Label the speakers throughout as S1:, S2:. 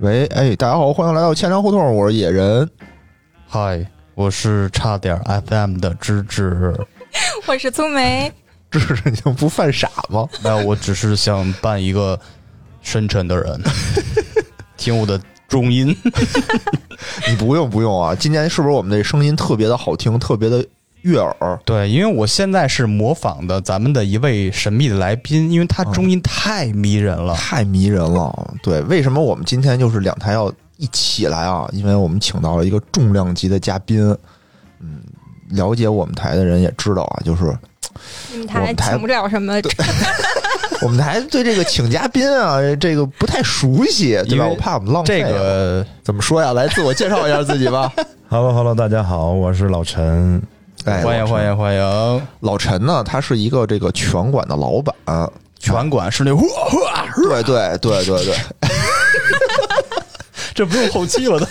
S1: 喂，哎，大家好，欢迎来到千山胡同，我是野人。
S2: 嗨，我是差点 FM 的芝芝。
S3: 我是粗梅，
S1: 这是已经不犯傻吗？
S2: 那我只是想扮一个深沉的 人，听我的中音。
S1: 你不用不用啊，今年是不是我们这声音特别的好听，特别的悦耳？
S2: 对，因为我现在是模仿的咱们的一位神秘的来宾，因为他中音太迷人了。
S1: 太迷人了。对，为什么我们今天就是两台要一起来啊？因为我们请到了一个重量级的嘉宾。嗯，了解我们台的人也知道啊， 就是
S3: 你
S1: 我
S3: 们台
S1: 们台
S3: 嗯请不了什么，
S1: 我们台对这个请嘉宾啊，这个不太熟悉，对
S2: 因
S1: 吧？
S2: 为
S1: 我怕我们浪费
S2: 哦这
S1: 啊。
S2: 个
S1: 怎么说呀？来自我介绍一下自己 吧。
S4: Hello Hello，大家好，我是老陈。
S1: 哎，
S2: 欢迎欢迎欢迎，
S1: 老陈呢，他是一个这个拳馆的老板，
S2: 拳馆是那，
S1: 对对对对对。
S2: 这不用后期了都。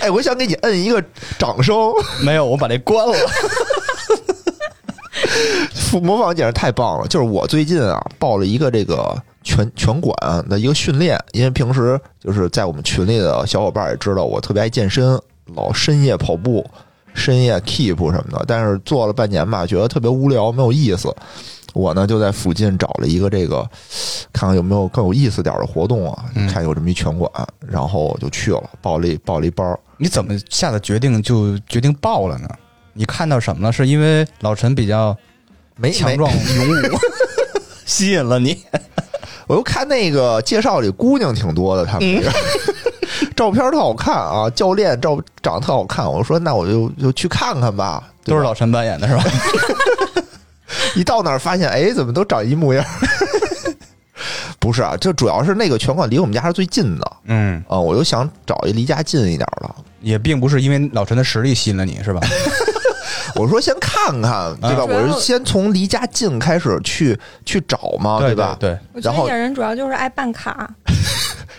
S1: 哎，我想给你摁一个掌声，
S2: 没有，我把这关了。
S1: 模仿简直太棒了。就是我最近啊报了一个这个拳拳馆的一个训练，因为平时就是在我们群里的小伙伴也知道我特别爱健身，老深夜跑步、深夜 keep 什么的，但是做了半年吧，觉得特别无聊，没有意思。我呢就在附近找了一个这个，看看有没有更有意思点儿的活动啊，
S2: 嗯
S1: 看有这么一拳馆，然后我就去了，报了一报了一班儿。
S2: 你怎么下的决定就决定爆了呢？你看到什么了？是因为老陈比较
S1: 没
S2: 强
S1: 没
S2: 壮勇武， 吸引了你？
S1: 我又看那个介绍里姑娘挺多的，他们、这个
S2: 嗯
S1: 照片特好看啊，教练照长得特好看。我说那我就就去看看吧，对
S2: 都是
S1: 吧
S2: 老陈扮演的是吧？
S1: 一到那儿发现，哎，怎么都长一模样 儿？不是啊，这主要是那个拳馆离我们家是最近的
S2: 嗯，
S1: 啊、我就想找一离家近一点儿的。
S2: 也并不是因为老陈的实力吸引了你是吧？
S1: 我说先看看，对
S2: 嗯
S1: 吧？
S3: 主要
S1: 我是先从离家近开始去去找嘛，
S2: 哦对
S1: 吧？
S2: 对，
S3: 我觉
S1: 然后
S3: 得野人主要就是爱办 卡，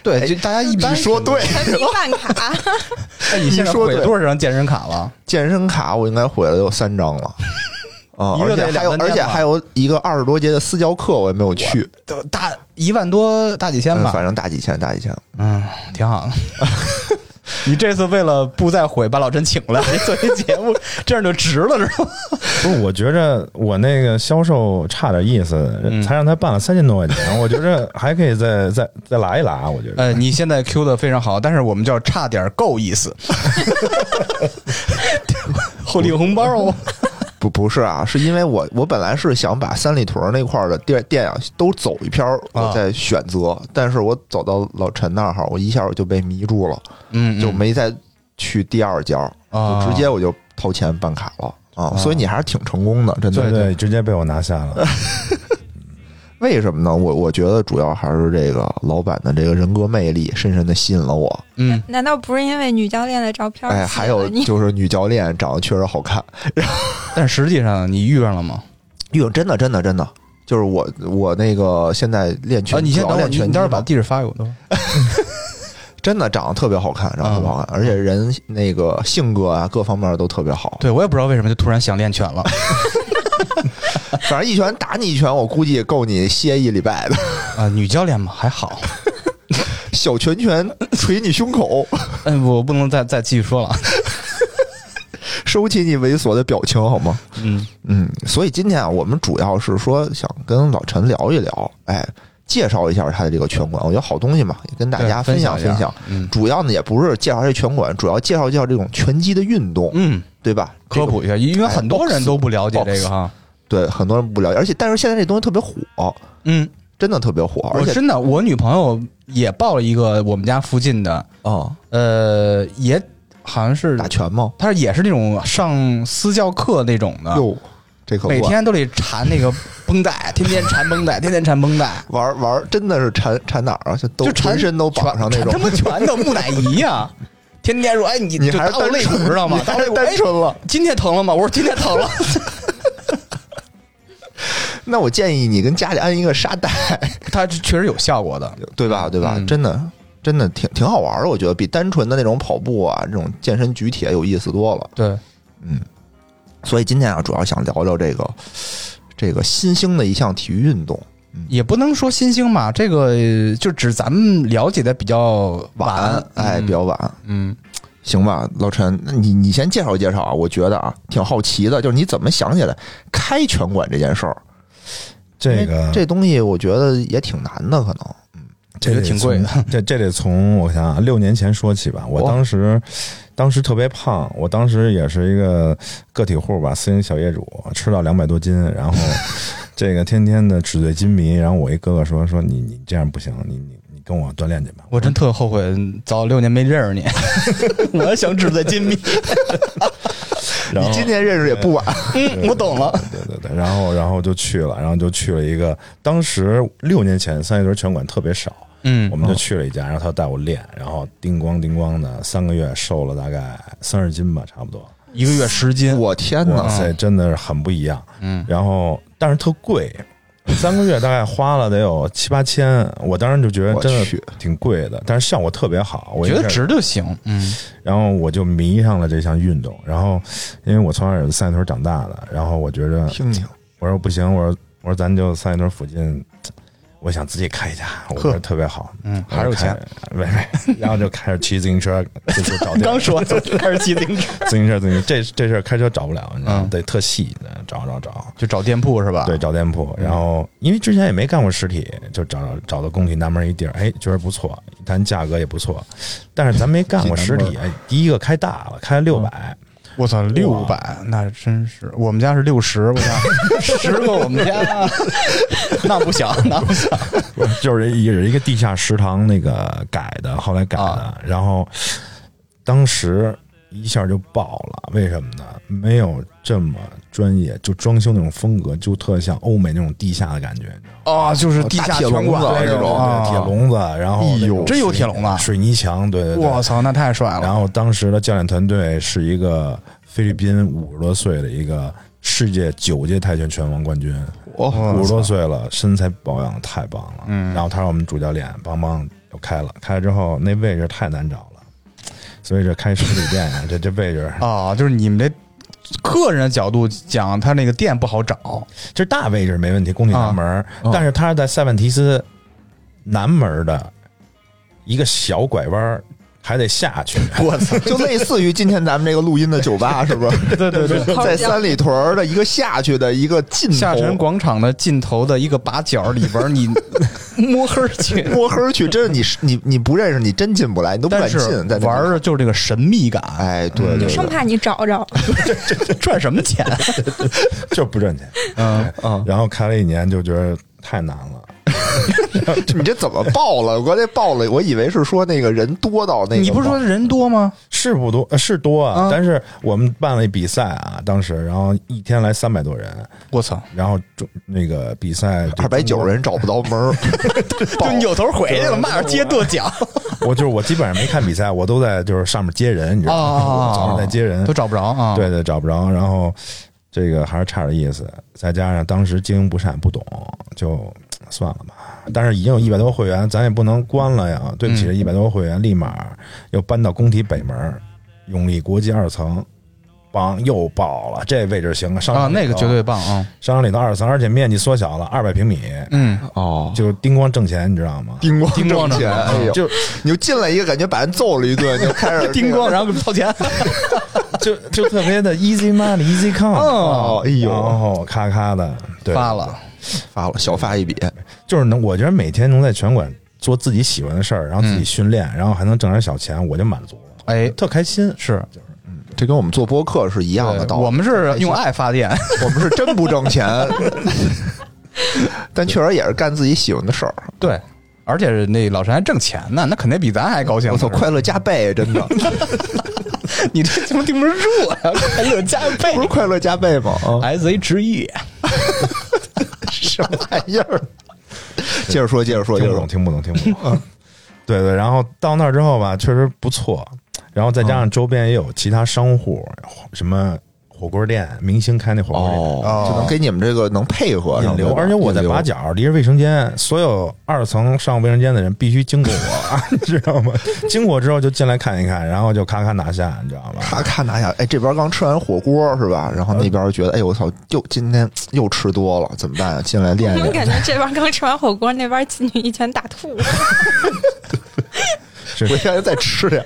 S1: 对
S2: 哎就大家一般
S1: 你说对，
S3: 沉迷办卡，
S2: 哎，你现在
S1: 说
S2: 毁
S1: 对
S2: 多少张健身卡了？
S1: 健身卡我应该毁了有三张 了，啊、
S2: 一
S1: 而
S2: 个得
S1: 且还
S2: 两
S1: 有
S2: 三天
S1: 而且
S2: 吧
S1: 还有一个二十多节的私教课我也没有去，
S2: 都呃大一万多，大几千
S1: 嗯
S2: 吧，
S1: 反正大几千大几千，
S2: 嗯，挺好的。 你这次为了不再毁，把老陈请来做一节 目，这样就值了，知道吗？
S4: 不是，我觉着我那个销售差点意思，
S2: 嗯
S4: 才让他办了三千多块钱，我觉着还可以再再再拉一拉。我觉
S2: 呃，
S4: 着，
S2: 你现在 Q 的非常好，但是我们叫差点够意 思，后领红包哦。
S1: 不不是啊，是因为我我本来是想把三里屯那块儿的店店啊都走一圈儿，
S2: 啊
S1: 我再选择，但是我走到老陈那儿哈，我一下我就被迷住了，
S2: 嗯
S1: 就没再去第二家，
S2: 啊
S1: 就直接我就掏钱办卡了啊，
S2: 啊
S1: 所以你还是挺成功的，真的。
S4: 对对，直接被我拿下了。
S1: 为什么呢？我我觉得主要还是这个老板的这个人格魅力深深的吸引了我。
S2: 嗯，
S3: 难道不是因为女教练的照片吸引
S1: 哎，
S3: 了你？
S1: 还有就是女教练长得确实好看，
S2: 但实际上你遇上了吗？
S1: 哟，真的真的真的，就是我我那个现在练拳，
S2: 啊，你先
S1: 主要
S2: 等我，
S1: 练
S2: 你
S1: 拳
S2: 你
S1: 击
S2: 待会儿把
S1: 嘛，
S2: 地址发给我，等会儿
S1: 真的长得特别好看，长得特别
S2: 啊
S1: 好看，而且人那个性格啊各方面都特别好。
S2: 对我也不知道为什么就突然想练 拳了。
S1: 反正一拳打你一拳，我估计够你歇一礼拜的。
S2: 啊，女教练嘛还好，
S1: 小拳拳捶你胸口，
S2: 嗯，我不能再再继续说了。
S1: 收起你猥琐的表情好吗？
S2: 嗯，
S1: 嗯，所以今天啊，我们主要是说想跟老陈聊一聊，哎，介绍一下他的这个拳馆，我觉得好东西嘛，也跟大家
S2: 对
S1: 分享
S2: 分
S1: 分享
S2: 享一。下。嗯
S1: 主要呢，也不是介绍这拳馆，主要介绍介绍这种拳击的运动，
S2: 嗯，
S1: 对吧？
S2: 科普一下，因为很多人都不了解这
S1: 这
S2: 个哈。
S1: 个对很多人不了解，而且但是现在这东西特别火，
S2: 嗯，
S1: 真的特别火，而
S2: 我
S1: 且
S2: 真的，我女朋友也报了一个我们家附近的，
S1: 啊、
S2: 呃，也好像是
S1: 打，拳吗？
S2: 她也是那种上私教课那种的，
S1: 哟，这可
S2: 啊每
S1: 不啊
S2: 天都得缠那个绷带，天天缠绷带，天天缠绷带，
S1: 玩玩真的是缠缠哪儿啊？就 都
S2: 就缠
S1: 浑身都绑上那
S2: 缠
S1: 种
S2: 他。妈全的木乃伊呀。天天说，哎，你
S1: 你
S2: 就
S1: 还是
S2: 打我
S1: 单
S2: 肋骨
S1: 纯
S2: 知道吗
S1: 你？
S2: 打
S1: 还是
S2: 我肋骨，
S1: 单
S2: 哎，
S1: 纯了。
S2: 今天疼了吗？我说今天 疼了。
S1: 那我建议你跟家里安一个沙袋，
S2: 它确实有效果的，
S1: 对吧？对吧？
S2: 嗯
S1: 真的，真的挺挺好玩的，我觉得比单纯的那种跑步啊，这种健身举铁有意思多了。
S2: 对，
S1: 所以今天啊，主要想聊聊这个这个新兴的一项体育运动，
S2: 嗯也不能说新兴吧，这个呃就指咱们了解的比较晚
S1: 晚，，哎，
S2: 嗯
S1: 比较晚，
S2: 嗯，
S1: 行吧，老陈，那你你先介绍介绍啊，我觉得啊，挺好奇的，就是你怎么想起来开拳馆这件事儿？
S4: 这
S1: 因
S4: 个
S1: 为这东西我觉得也挺难的，可能
S4: 这
S2: 觉
S4: 得
S2: 得挺贵的
S4: 从。这这得从我想啊想，六年前说起吧。我
S1: 哇
S4: 当时当时特别胖，我当时也是一个个体户吧，私营小业主，吃到两百多斤，然后这个天天的纸醉金迷。然后我一哥哥说说你你这样不行，你你你跟我锻炼去吧。
S2: 我真特后悔早六年没 认识你，我想指在金币，
S4: 然后
S1: 你今天认识也不晚，
S2: 嗯，我懂了，
S4: 对对对，然后然后就去了，然后就去了一个，当时六年前三里屯拳馆特别少，
S2: 嗯
S4: 我们就去了一家，然后他带我练，然后叮咣叮咣的，三个月瘦了大概三十斤吧，差不多。
S2: 一个月十斤，
S1: 我天
S4: 哇
S1: 哪！
S4: 塞，真的是很不一样。
S2: 嗯，
S4: 然后但是特贵，三个月大概花了得有七八千，我当时就觉得
S1: 我
S4: 真的
S1: 去，
S4: 挺贵的，但是效果特别好，我一
S2: 觉得
S4: 开始
S2: 值就行，嗯
S4: 然后我就迷上了这项运动，然后因为我从小也是三里屯长大的，然后我觉着
S1: 听听，
S4: 我说不行，我说我说咱就三里屯附近，我想自己开一家，我觉得特别好，
S2: 嗯，还是有 钱，
S4: 我就开，没没，然后就开始骑自行车，就就 找店
S2: 刚说 就开始骑自行车，
S4: 自行车，自行车，这这事儿开车找不了，你知道吗
S2: 嗯？
S4: 得特细，找找找，
S2: 就找店铺是吧？
S4: 对，，找店铺，
S2: 嗯
S4: 然后因为之前也没干过实体，就找找找到工体南门一地儿，哎，觉得不错，谈价格也不错，但是咱没干过实
S2: 工
S4: 体
S2: 体，
S4: 哎第一个开大了，开了六
S2: 嗯
S4: 百，
S2: 我操，六百那真是，我们家是六十，我 家十个我们家， 那不小，那不小，
S4: 就是也是一个地下食堂那个改的，后来改的，
S2: 啊
S4: 然后当时一下就爆了，为什么呢？没有这么专业，就装修那种风格，就特像欧美那种地下的感觉，你知道吗
S2: 啊，就是
S4: 哦
S1: 地
S2: 地
S1: 下
S2: 下
S1: 拳
S2: 拳
S1: 馆
S2: 馆
S1: 啊这
S4: 对
S1: 种
S4: 对铁，笼子，然后那种
S2: 哎真有铁笼子啊
S4: 水泥墙，对对对，
S2: 我操，那太帅了，
S4: 然后当时的教练团队是一个菲律宾五十多岁的一个世界九届泰拳拳王冠军，
S1: 我
S4: 五十多岁了，身材保养太棒了。
S2: 嗯
S4: 然后他让我们主教练帮帮就开了，开了之后那位置太难找了，所以这开实体店 呀，这这位置
S2: 啊，就是你们这客人的角度讲，他那个店不好 找，
S4: 这大位置没问题，工体南门儿，
S2: 啊
S4: 但是他是在塞万提斯南门儿的一个小拐弯儿，还得下 去。
S2: 我操，
S1: 就类似于今天咱们这个录音的酒吧，是不是？
S2: 对对对。
S1: 在三里屯儿的一个下去的一个尽头，
S2: 下沉广场的尽头的一个把角里边儿， 你摸黑儿去，
S1: 摸黑儿去，真是你是你你不认识，你真进不来，你都不敢
S2: 但
S1: 进。
S2: 是
S1: 在那
S2: 玩儿的嗯就是这个神秘感，
S1: 哎，对对
S3: 生
S1: 对，
S3: 怕你找着，
S2: 赚什么钱？
S4: 就不挣钱。
S2: 嗯嗯，
S4: 然后开了一年就觉得太难了，
S1: 你这怎么爆了？我这爆了，我以为是说那个人多到那个，
S2: 你不是说人多吗？
S4: 是不多，呃是多啊，
S2: 啊
S4: 但是我们办了一比赛啊，当时然后一天来三百多人，
S2: 我操，
S4: 然后中那个比赛就
S1: 二百九十人找不到门 儿，爆
S2: 就扭头回去了，骂着街跺脚，
S4: 中国，我就是我基本上没看比赛，我都在就是上面接人，你知道吗？
S2: 哦
S4: 我早上在接人
S2: 都，找不着啊。
S4: 对，对，找不着，然后这个还是差点意思，再加上当时经营不善，不懂，就算了吧。但是已经有一百多会员，咱也不能关了呀。对不
S2: 嗯
S4: 起，这一百多会员立马又搬到工体北门永利国际二层，帮又爆了，这位置行啊，商
S2: 啊，
S4: 场里头
S2: 那个绝对棒啊。
S4: 商场里头二层，而且面积缩小了二百平米，
S2: 嗯，
S1: 哦，
S4: 就叮咣挣钱，你知道吗？
S1: 叮咣
S2: 叮咣
S1: 挣钱，
S2: 着呢
S1: 哎呦，
S4: 就
S1: 你就进来一个，感觉把人揍了一顿，就开始
S2: 叮
S1: 那
S2: 咣，
S1: 个
S2: 然后掏 钱。
S4: 就就特别的 easy money easy
S2: 嗯
S4: come，
S2: 啊
S1: 哦，哎
S4: 然
S1: 呦，
S4: 后咔咔的，对，
S2: 发了，
S1: 发了小发一笔，
S4: 就是能，我觉得每天能在拳馆做自己喜欢的事儿，然后自己训练，然后还能挣点小钱，我就满足了，
S2: 哎，
S4: 特开心。
S2: 是呃
S1: 这跟我们做播客是一样的道理。
S2: 我们是用爱发电，
S1: 我们是真不挣钱， 但确实也是干自己喜欢的事儿。
S2: 对，而且那老陈还挣钱呢，那肯定比咱还高兴。
S1: 我操，快乐加倍，真的
S2: 你这怎么顶不住啊？还有加倍
S1: 不是快乐加倍吗？啊，
S2: ，S H E，
S1: 什么玩意儿？接着说，接着说，接
S4: 听
S1: 着
S4: 不
S1: 说
S4: 懂，。听不懂，听不懂。对对，然后到那儿之后吧，确实不错，然后再加上周边也有其他商户，什么。火锅店，明星开那火锅店。
S1: 哦
S2: 哦，
S1: 就能给你们这个能配合上
S4: 引流，
S1: 对吧
S4: 而且我在
S1: 引流
S4: 把角，离着卫生间，所有二层上卫生间的人必须经过我，啊你知道吗？经过之后就进来看一看，然后就咔咔拿下，你知道吗？
S1: 咔咔拿下，哎，这边刚吃完火锅是吧？然后那边觉得，哎，我操，又今天又吃多了，怎么办啊？进来练
S3: 我们
S1: 练。
S3: 感觉这边刚吃完火锅，那边进去一拳打吐了。
S4: 是
S1: 我现在再吃点，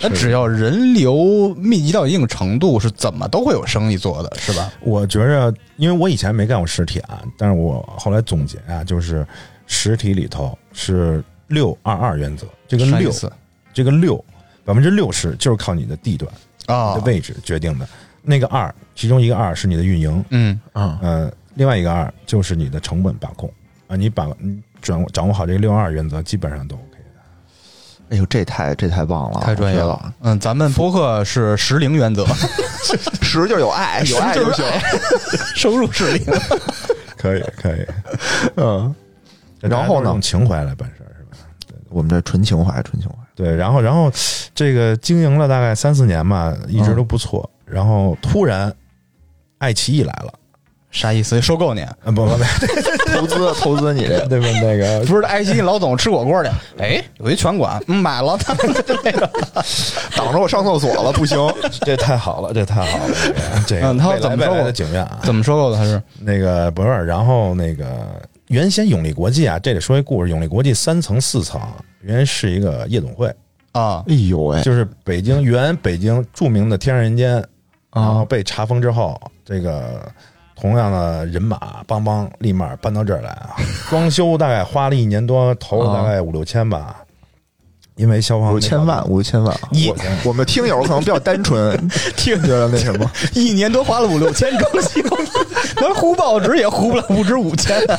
S2: 那只要人流密集到一定程度，是怎么都会有生意做的，是吧？
S4: 我觉着，因为我以前没干过实体啊，但是我后来总结啊，就是实体里头是六二二原则，这个
S2: 啥意
S4: 六，
S2: 思
S4: 这个六百分之六十就是靠你的地段、
S2: 啊
S4: 你的，位置决定的，那个二，其中一个二是你的运营，
S2: 嗯
S1: 嗯，
S4: 呃，另外一个二就是你的成本把控啊，你把你掌握掌握好这个六二原则，基本上都 OK 的。
S1: 哎呦，这太这太棒了，啊
S2: 太专业
S1: 我觉得
S2: 了。。嗯，咱们播客是十零 原则，
S1: 十就是有爱，有爱就
S2: 十
S1: 行
S2: 就。收入是零。
S4: 可以，可 以。
S1: 嗯，然后呢
S4: 用情怀来办事儿是吧？
S1: 我们这纯情怀，纯情怀。
S4: 对，然后然后这个经营了大概三四年吧，一直
S1: 嗯
S4: 都不错。然后突然，爱奇艺来了，
S2: 啥意思？收购你？
S4: 啊不不不，
S1: 投资投资你这个，
S4: 对吧？那个
S2: 不是爱奇艺老总吃火锅去？哎，有一拳馆，嗯，买了。
S1: 挡着我上厕所了，不行。
S4: 这太好了，这太好了。 这个
S2: 嗯他
S4: 未来
S2: 怎么说
S4: 未来
S2: 我
S4: 的景院啊？
S2: 怎么收购的？他是
S4: 那个不是，然后那个原先永利国际啊，这里说一故事，永利国际三层四层原先是一个夜总会，
S2: 啊，
S1: 哎呦喂，
S4: 就是北京原北京著名的天上人间，然后
S1: 啊，
S4: 被查封之后，这个同样的人马邦邦立马搬到这儿来 啊，装修大概花了一年多，投了大概五六千吧，因为消防
S1: 哦五千 万，五千万啊。
S2: 一
S1: 我我们听友可能比较单纯，
S2: 听
S1: 觉得那什么，
S2: 一年多花了五六千装 修，咱糊报纸也糊不了不止五千啊。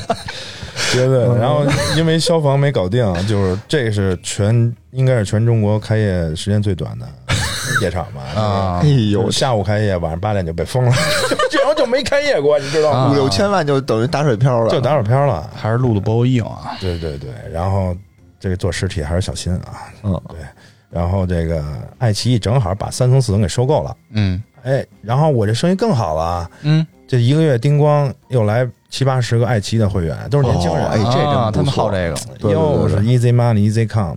S4: 绝对，
S1: 嗯
S4: 然后因为消防没搞定，就是 这是全应该是全中国开业时间最短 的夜场吧
S2: 啊
S1: 哎呦
S4: 就是下午开业，晚上八点就被 封了，然后就没开业过，你知道吗？
S2: 啊
S1: 五六千万就等于打水漂了，
S4: 就打水漂了。
S2: 还是录录播硬啊？
S4: 对对对，然后这个做实体还是小心啊。
S1: 嗯，
S4: 然后这个爱奇艺正好把三层四层给收购了，
S2: 嗯
S4: 哎，然后我这生意更好了啊，
S2: 嗯，
S4: 这一个月叮咣又来七八十个爱奇艺的会员，都是年轻人。
S1: 哦哎这真不错
S2: 啊他们好这个。
S1: 对对对
S4: 又是 Easy Money Easy Come，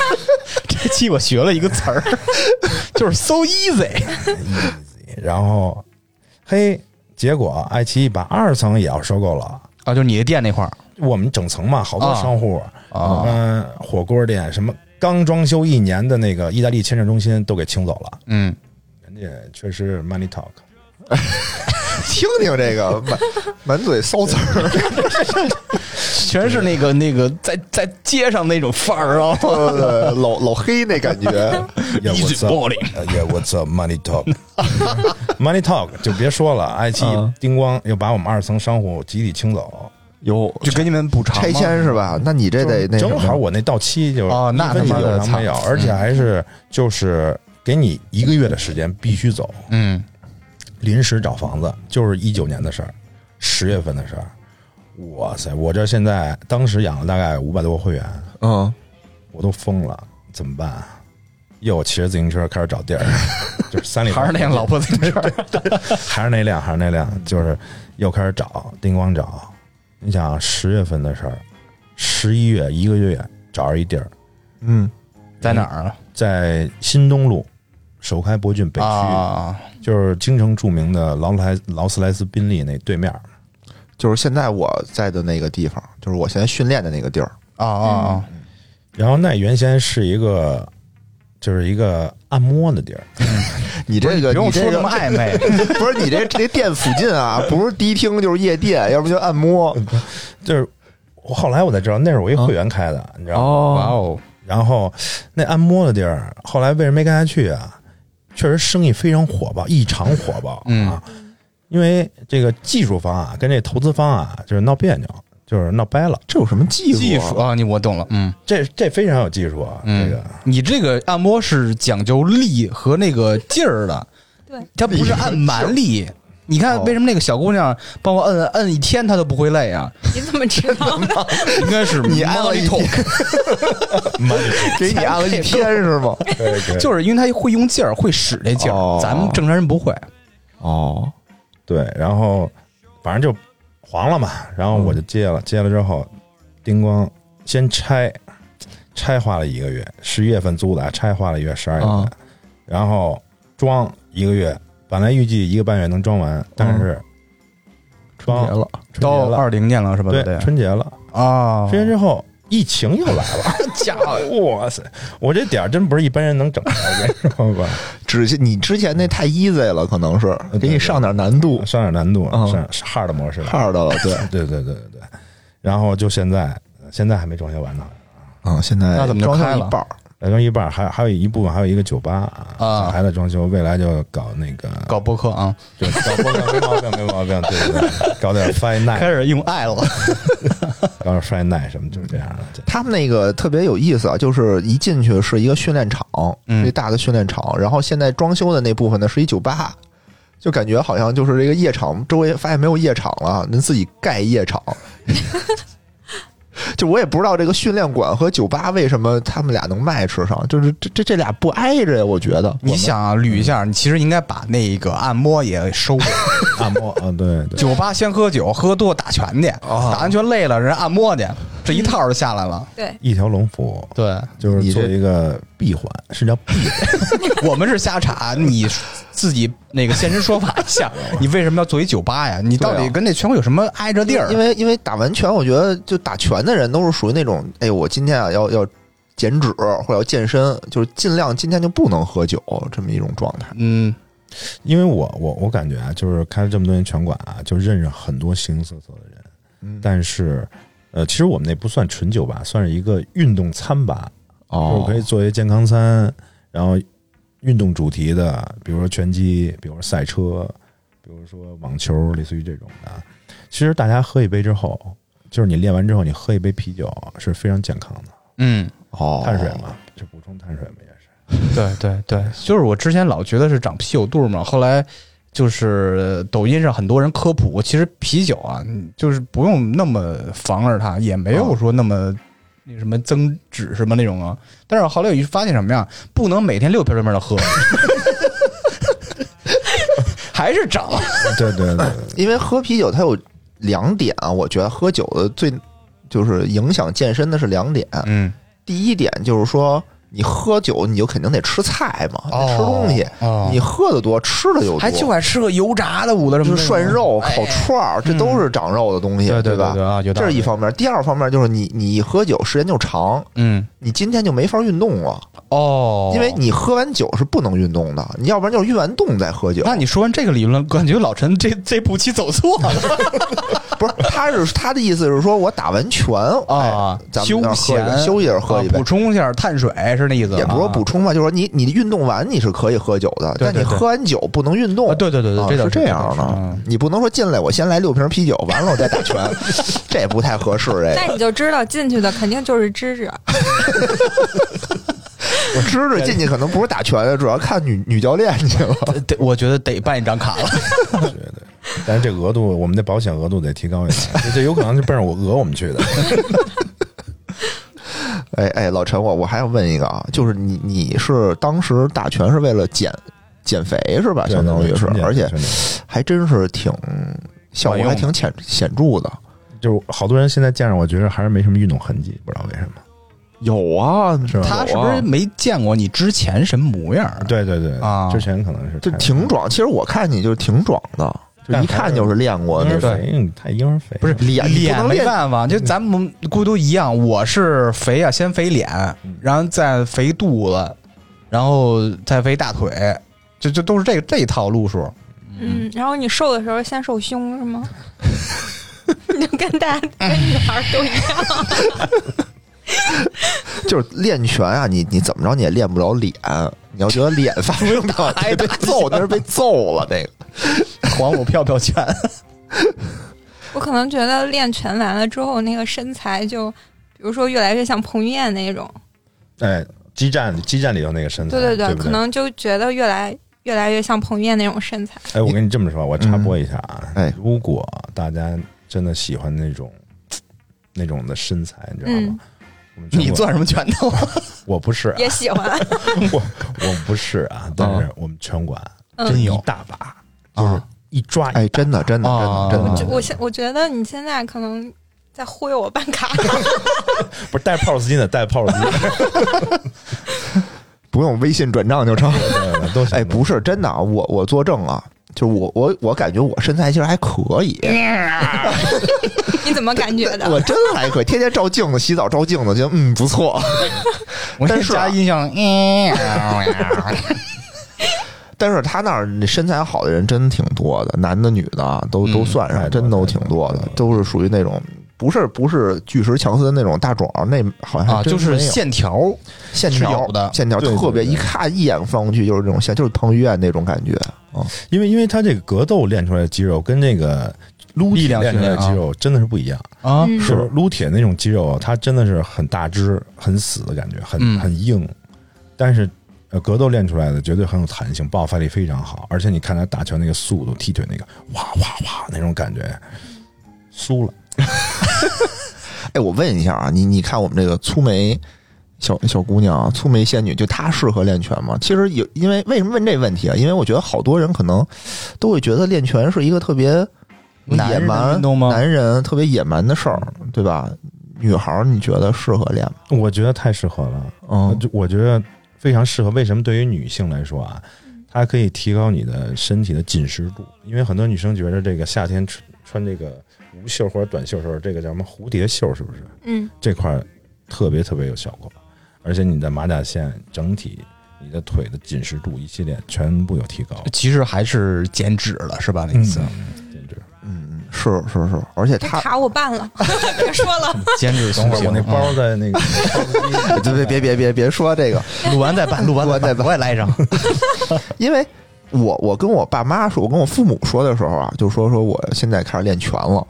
S2: 这期我学了一个词儿， 就是 so easy。
S4: 然后，嘿，结果爱奇艺把二层也要收购了。
S2: 啊，就是你的店那块儿
S4: 我们整层嘛，好多
S2: 啊
S4: 商户，嗯、
S2: 啊，
S4: 火锅店什么，刚装修一年的那个意大利签证中心都给清走了。
S2: 嗯，
S4: 人家确实 money talk，
S1: 听听这个满满嘴骚词儿，
S2: 全是那个那个在在街上那种范儿啊，
S1: 呃老老黑那感觉，
S4: 也
S2: 一
S4: 我
S2: 嘴
S4: 操，
S2: 暴力。
S4: 也我操 money talk，money talk 就别说了，爱奇艺
S1: 嗯
S4: 叮咣又把我们二层商户集体清走，
S1: 有
S2: 就给你们补偿吗
S1: 拆迁是吧？那你这得那什
S4: 正
S1: 么
S4: 好我那到期就
S2: 哦那
S4: 一分
S2: 他妈
S4: 一
S2: 的
S4: 有偿没有，
S2: 惨
S4: 而且还是就是给你一个月的时间必须走，
S2: 嗯，
S4: 临时找房子，就是一九年的事儿，十月份的事儿。哇塞，我这现在当时养了大概五百多个会员，
S1: 嗯，
S4: 我都疯了，怎么办、啊又骑着自行车开始找地儿，就是三里屯
S2: 还是那样老婆自行车。
S4: 还是那辆，还是那辆，就是又开始找，叮咣找。你想啊十月份的事儿，十一月一个月找着一地儿，
S1: 嗯，
S2: 在哪儿啊？
S4: 在新东路首开伯郡北区，
S2: 啊，
S4: 就是京城著名的劳莱劳斯莱斯宾利那对面儿。
S1: 就是现在我在的那个地方，就是我现在训练的那个地儿，
S2: 啊啊啊！
S4: 然后那原先是一个，就是一个按摩的地儿，
S1: 你这个
S2: 不
S1: 你
S2: 用说
S1: 这
S2: 这么
S1: 个
S2: 暧昧，
S1: 不是你这这店附近啊，不是迪厅就是夜店，要不就按摩。
S4: 就是我后来我才知道那是我一会员开的，你知道吗？
S2: 哇
S1: 哦，
S2: 哦，
S4: 然后那按摩的地儿，后来为什么没干下去啊？确实生意非常火爆，异常火爆
S2: 嗯
S4: 啊！因为这个技术方啊，跟这投资方啊，就是闹别扭，就是闹掰了。
S1: 这有什么技术啊？
S2: 技术啊，你我懂了，嗯
S4: 这这非常有技术啊，这
S2: 嗯
S4: 个，
S2: 你这个按摩是讲究力和那个劲儿的，
S3: 对，
S2: 它不是按蛮力。你看
S1: 哦
S2: 为什么那个小姑娘帮我摁摁一天她都不会累啊？
S3: 你怎么知道？
S2: 应该是
S1: 你按了一
S2: 桶，
S1: 给你按了一天是吗？
S4: 对对
S2: 就是因为她会用劲儿，会使这劲儿，
S1: 哦
S2: 咱们正常人不会。
S1: 哦，
S4: 对，然后反正就黄了嘛，然后我就戒了，戒了之后，叮咣先拆，拆花了一个月，十一月份租的，啊拆花了一月十二月份，
S1: 啊
S4: 然后装一个月，本来预计一个半月能装完，但是
S1: 春节
S4: 装
S1: 了，
S4: 春节
S2: 到
S4: 了，
S2: 二零年了是吧？
S4: 对，春节了，
S2: 啊，
S4: 春节之后疫情又来了，
S2: 家伙，
S4: 哇塞，我这点儿真不是一般人能整的，我跟你说吧。
S1: 只是你之前那太 easy 了，可能是
S4: 对
S1: 给你上点难度
S4: 上点难度，
S1: 嗯
S4: 上 hard 模
S2: 嗯
S4: 式，
S1: hard 了， 对，
S4: 对对对对对。然后就现在，呃现在还没装修完呢，
S1: 啊，现在
S2: 那怎么就
S1: 装
S2: 开
S1: 上一
S2: 了
S1: 半儿
S4: 来装一半儿，还还有一部分还有一个酒吧
S2: 啊
S4: 还在装修，未来就搞那个
S2: 搞播客啊，
S4: 对搞播客没毛病没毛病，对对对，搞点 fine night，
S2: 始用爱了，
S4: 搞点 fine night 什么就是这样的，这
S1: 他们那个特别有意思啊，就是一进去是一个训练场，
S2: 嗯
S1: 最大的训练场，然后现在装修的那部分呢是一酒吧，就感觉好像就是这个夜场，周围发现没有夜场了，您自己盖夜场。 就我也不知道这个训练馆和酒吧为什么他们俩能 match 上，就是这这这俩不挨着呀，我觉得。
S2: 你想啊捋一下，你其实应该把那个按摩也收了。
S4: 按摩啊，对对，
S2: 酒吧先喝酒，喝多打拳去，打完拳累了，人按摩去，这一套就下来了。
S1: 哎
S3: 对，
S4: 一条龙服务
S2: 对，
S4: 就是
S1: 你
S4: 做
S1: 这
S4: 一个闭环，是叫闭 环，
S2: 我们是瞎查，你自己那个现身说法一 下，你为什么要做一酒吧呀？你到
S1: 对
S2: 底
S1: 啊
S2: 跟那全国有什么挨着地儿？
S1: 因为因为打完拳，我觉得就打拳的人都是属于那种，哎，我今天啊要要减脂或者要健身，就是尽量今天就不能喝酒这么一种状态。
S2: 嗯，
S4: 因为我我我感觉啊，就是开了这么多年拳馆啊，就认识很多形形色色的人。
S1: 嗯
S4: 但是，呃，其实我们那不算纯酒吧，算是一个运动餐吧，就是
S1: 哦
S4: 可以做一些健康餐，然后运动主题的，比如说拳击，比如说赛车，比如说网球，类似于这种的。其实大家喝一杯之后，就是你练完之后，你喝一杯啤酒是非常健康的，
S2: 嗯，
S1: 哦，
S4: 碳水嘛，就补充碳水嘛，也是。
S2: 对对对，就是我之前老觉得是长啤酒肚嘛，后来就是抖音上很多人科普，其实啤酒啊，嗯就是不用那么防着它，也没有说那么那什么增脂什么那种啊。但是后来我一发现什么呀，不能每天六瓶六瓶的 喝，还是啊长。
S4: 对对对对，
S1: 因为喝啤酒它有两点啊，我觉得喝酒的最就是影响健身的是两点。
S2: 嗯，
S1: 第一点就是说，你喝酒你就肯定得吃菜嘛，啊得吃东西，
S2: 哦
S1: 你喝的多，吃的就多，
S2: 还就爱吃个油炸的、捂的什么
S1: 就
S2: 的
S1: 是涮肉、
S2: 哎
S1: 烤串儿，这都是长肉的东西，
S2: 对对
S1: 吧
S2: 对？啊，有道
S1: 这是
S2: 理
S1: 一方面，第二方面就是你你一喝酒时间就长，
S2: 嗯
S1: 你今天就没法运动了，
S2: 哦，
S1: 因为你喝完酒是不能运动的，你要不然就是运完动再喝酒。
S2: 那你说完这个理论，感觉老陈这这步棋走错了。
S1: 不是，他是他的意思是说我打完 拳哎
S2: 啊，
S1: 咱
S2: 休
S1: 们那儿喝一杯
S2: 闲
S1: 休息着喝一
S2: 啊
S1: 杯
S2: 补。充一下碳水是那意思吧，啊
S1: 也不是说补充吧，就是说你你运动完你是可以喝酒的，
S2: 对对
S1: 但你
S2: 对
S1: 喝完酒不能运动。
S2: 啊对对对对
S1: 啊
S2: 这倒
S1: 是
S2: 是
S1: 这样
S2: 这倒是
S1: 的
S2: 嗯。
S1: 你不能说进来我先来六瓶啤酒，完了我再打拳， 这也不太合适。这
S3: 但你就知道进去的肯定就是芝芝，
S1: 我知道进去可能不是打拳，主要看女女教练去了。
S2: 啊。得，我觉得得办一张 卡了。
S4: 对对。 但是这额度，我们的保险额度得提高一 下，这这有可能是奔着我讹我们去的。
S1: 哎哎，老陈，我我还想问一个啊，就是你你是当时打拳是为了减减肥是吧？
S4: 对
S1: 啊相当于
S4: 对
S1: 是
S4: 纯，减
S1: 而且
S4: 纯减
S1: 还真是挺效
S2: 管
S1: 果
S2: 用
S1: 还挺显显著的。
S4: 就是好多人现在见着我觉得还是没什么运动痕迹，不知道为什么。
S1: 有啊，
S4: 是吧
S2: 他是不是没见过你之前什么模样啊？
S4: 对对对
S2: 啊
S4: 之前可能是
S1: 就挺壮？其实我看你就是挺壮的，就一看就是练过
S4: 婴
S1: 那
S4: 儿
S1: 种。
S4: 肥，你太婴儿肥了
S2: 不是
S1: 脸你不
S2: 脸
S1: 能
S2: 没
S1: 练
S2: 办法，就咱们孤独一样，我是肥啊，先肥脸，然后再肥肚子，然后再肥大腿，就就都是这这一套路数。
S3: 嗯，然后你瘦的时候先瘦胸 是吗？你就跟大家跟女孩都一样，
S1: 就是练拳啊，你你怎么着你也练不着脸。你要觉得脸发生到
S2: 挨打
S1: 被揍，那是被揍了。那个
S2: 黄武飘 飘拳，
S3: 我可能觉得练拳完了之后，那个身材就，比如说越来越像彭于晏那种，
S4: 哎，激战激战里头那个身材，
S3: 对
S4: 对
S3: 对，
S4: 不
S3: 可能就觉得越来越来越像彭于晏那种身材。
S4: 哎，我跟你这么说，我插播一下啊，
S1: 嗯哎
S4: 如果大家真的喜欢那种那种的身材，你知
S3: 嗯
S4: 道吗？我们全
S2: 你
S4: 国
S2: 攥什么拳头？
S4: 我 不是啊，
S3: 也 喜欢，
S4: 我我不是啊，但是我们拳馆
S3: 嗯
S4: 真一大把，
S1: 就是
S5: 一抓
S1: 哎，真的真的
S2: 啊
S1: 真的
S4: 嗯
S1: 真的，
S3: 我现我觉得你现在可能在忽悠我办卡，
S4: 不是带泡儿丝巾的， 带泡儿丝巾，
S1: 不用微信转账就成。
S4: 对对都行
S1: 哎，不是真的啊，我我作证啊，就是我我我感觉我身材其实还可以，
S3: 你怎么感觉 的？
S1: 我真还可以，天天照镜子，洗澡照镜子，觉得嗯不错。
S2: 我
S1: 但
S2: 先
S1: 是啊
S2: 加音 响，
S1: 但是他那儿那身材好的人真挺多的，男的女的啊都
S2: 嗯
S1: 都算上，
S4: 太多
S1: 真都挺多
S4: 太
S1: 的
S4: 多，
S1: 都是属于那种不是不是巨石强森那种大壮，那好像还
S2: 啊，
S1: 真
S2: 就是
S1: 没有
S2: 线条，
S1: 线
S2: 是
S1: 条
S2: 有的
S1: 线条
S4: 对
S1: 特别，
S4: 对对
S1: 一看一眼翻过去就是那种线，就是彭于晏那种感觉。
S4: 因为因为他这个格斗练出来的肌肉跟那个撸
S2: 力
S4: 铁
S2: 量
S4: 练出来的
S2: 训练啊
S4: 肌肉真的是不一样，
S2: 啊，
S3: 嗯
S4: 是撸铁那种肌肉，啊它真的是很大只、很死的感觉，很
S2: 嗯
S4: 很硬，但是。呃，格斗练出来的绝对很有弹性，爆发力非常好，而且你看他打拳那个速度，踢腿那个哇哇哇那种感觉，输了。
S1: 哎，我问一下啊，你你看我们这个粗眉小小姑娘啊，粗眉仙女，就她适合练拳吗？其实有，因为为什么问这问题啊？因为我觉得好多人可能都会觉得练拳是一个特别
S2: 男
S1: 野
S2: 人的
S1: 蛮
S2: 运动吗
S1: 男人特别野蛮的事儿，对吧？女孩儿你觉得适合练吗？
S4: 我觉得太适合了，我
S1: 嗯
S4: 就我觉得非常适合。为什么对于女性来说啊，它可以提高你的身体的紧实度，因为很多女生觉得这个夏天穿穿这个无袖或者短袖的时候，这个叫什么蝴蝶袖，是不是
S3: 嗯，
S4: 这块儿特别特别有效果？而且你的马甲线整体、你的腿的紧实度一系列全部有提高。
S2: 其实还是减脂了，是吧？那意思，
S4: 简直！
S1: 嗯，是是是，而且
S3: 这
S1: 她
S3: 卡我办 了，别说了，
S2: 减脂从
S4: 等会儿我那包在那
S1: 别别
S4: 个
S1: 别别别别说这个，
S2: 录完再办，嗯录完再办，我也来一张。
S1: 因为我我跟我爸妈说，我跟我父母说的时候啊，就说说我现在开始练拳了。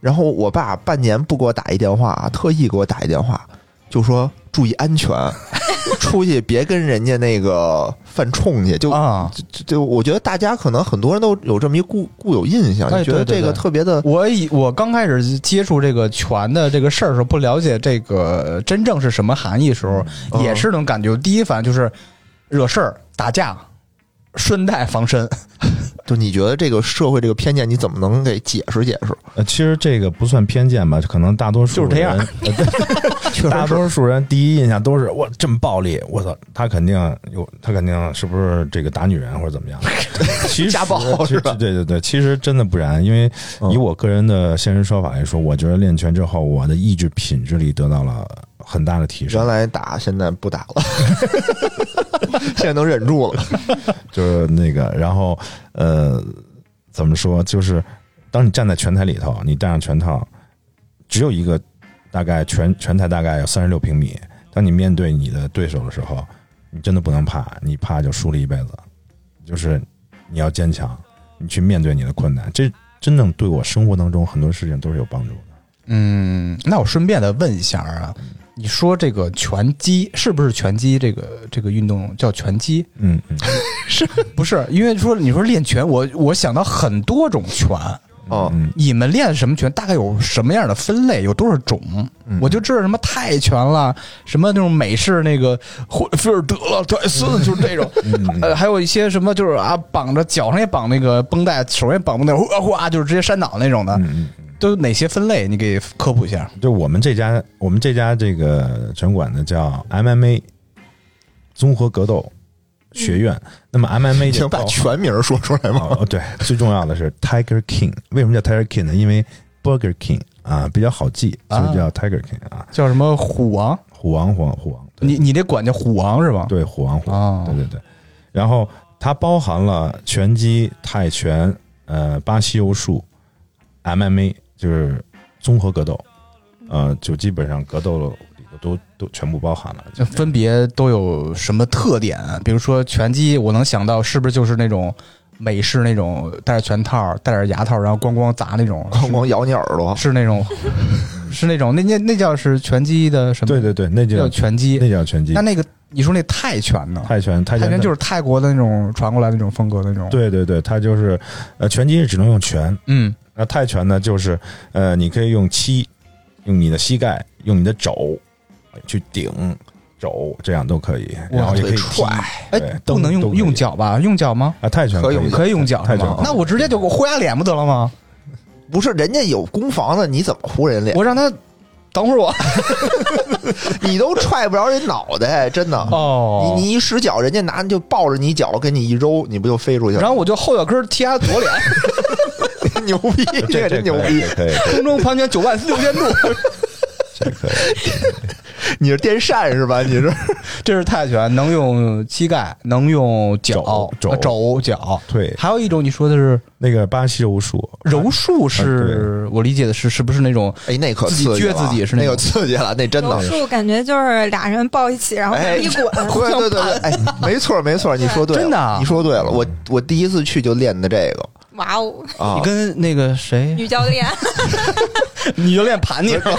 S1: 然后我爸半年不给我打一电话啊，特意给我打一电话，就说注意安全， 出去别跟人家那个犯冲去。就
S2: 啊，
S1: 就就我觉得大家可能很多人都有这么一固固有印象，
S2: 哎
S1: 就觉得
S2: 对对
S1: 这个
S2: 对
S1: 特别的
S2: 我以我刚开始接触这个拳的这个事儿的时候，不了解这个真正是什么含义的时候，
S1: 嗯
S2: 也是能感觉第一反应就是惹事儿、打架，顺带防身。
S1: 就你觉得这个社会这个偏见，你怎么能给解释解释？
S4: 呃，其实这个不算偏见吧，可能大多数
S2: 就是这 样
S4: 人。呃对
S1: 确
S4: 大
S1: 实是，
S4: 多数人第一印象都是哇，这么暴力，我操，他肯定有，他肯定是不是这个打女人或者怎么样？其 实
S1: 家暴
S4: 其
S1: 是吧
S4: 对对对，其实真的不然，因为
S1: 嗯
S4: 以我个人的现身说法来说，我觉得练拳之后，我的意志品质力得到了很大的提
S1: 原
S4: 升，
S1: 来打，现在不打了， 现在能忍住了。
S4: 就是那个，然后呃，怎么说，就是当你站在拳台里头，你戴上拳套，只有一个大概拳拳台大概有三十六平米，当你面对你的对手的时候，你真的不能怕，你怕就输了一辈子。就是你要坚强，你去面对你的困难，这真正对我生活当中很多事情都是有帮助的。
S2: 嗯， 那我顺便的问一下啊，你说这个拳击是不是拳击这个这个运动叫拳击？
S4: 嗯嗯，
S2: 不是，因为说你说练拳，我我想到很多种拳。
S1: 哦，
S4: 嗯
S2: 你们练什么拳？大概有什么样的分类？有多少种？
S4: 嗯
S2: 我就知道什么泰拳啦，什么那种美式那个霍菲尔德了、戴森，就是这种。
S4: 嗯
S2: 呃，还有一些什么就是啊，绑着脚上也绑那个绷带，手上也绑绷带，哗哗就是直接扇倒那种的。
S4: 嗯
S2: 都有哪些分类？你给科普一下。
S4: 嗯，就我们这家我们这家这个拳馆呢叫 MMA 综合格斗学院，那么 MMA 就
S1: 请把全名说出来吗？
S4: 哦，对，最重要的是 Tiger King。为什么叫 Tiger King 呢？因为 Burger King 啊比较好记，所以叫 Tiger King 啊。
S2: 叫什么虎王？
S4: 虎王，虎王，虎王。对
S2: 你你这管叫虎王是吧？
S4: 对，虎王，虎王。
S2: 啊，
S4: 对对对。然后它包含了拳击、泰拳、呃巴西柔术、MMA，就是综合格斗，呃，就基本上格斗里头都都全部包含了。
S2: 这分别都有什么特点？啊比如说拳击，我能想到是不是就是那种美式那种戴着拳套、戴着牙套，然后咣咣砸那种，
S1: 咣咣咬你耳朵，
S2: 是那种，是那种，那那那叫是拳击的什么？
S4: 对对对，那
S2: 叫
S4: 就
S2: 拳击。
S4: 那叫拳击
S2: 那。那个你说那泰拳呢？
S4: 泰拳，泰
S2: 泰
S4: 拳
S2: 拳就是泰国的那种传过来的那种风格的那种。，
S4: 对对对，它就是，呃，拳击是只能用拳，
S2: 嗯
S4: 那泰拳呢，就是呃，你可以用膝，用你的膝盖，用你的肘去顶，肘这样都可以，然后也可以
S1: 腿
S4: 踢
S1: 踹，
S2: 哎
S4: 对，
S2: 不能
S4: 蹬都
S2: 用
S4: 可以
S2: 用脚吧？用脚吗？
S4: 啊，泰拳
S1: 可以
S4: 以
S1: 用
S2: 可以用脚
S4: 泰
S2: 是
S4: 拳
S2: 吗？
S4: 可以
S2: 那我直接就给我呼他脸不得了吗？
S1: 不是人家有攻防的，你怎么呼人脸？
S2: 我让他等会儿我
S1: 你都踹不着人脑袋，哎真的。
S2: 哦
S1: 你你一使脚，人家拿就抱着你脚给你一揉，你不就飞出去了？
S2: 然后我就后脚跟踢他左脸，
S1: 牛逼， 这个
S4: 这
S1: 真牛
S4: 可
S1: 逼！
S4: 以这可以，
S2: 空中盘旋九万六 千度，
S4: 这可以，
S1: 你是电扇是吧？你是
S2: 这是泰拳，能用膝盖，能用脚
S4: 肘、肘
S2: 啊肘、脚。
S4: 对，
S2: 还有一种你说的是
S4: 那个巴西柔术，
S2: 柔术是，我理解的是是不是那种
S1: 哎，那可
S2: 自己
S1: 刺激了，
S2: 撅自己是那
S1: 那
S2: 种
S1: 个刺激了，那真的
S3: 柔。术感觉就是俩人抱一起，然后
S1: 哎，
S3: 一滚，
S1: 对 对对对，哎，没错没错，你说对了，
S2: 真的啊
S1: 你说对了。我我第一次去就练的这个
S3: 哇哦，
S1: 啊
S2: 你，跟那个谁
S3: 女教 练，
S2: 你就练盘你是吧？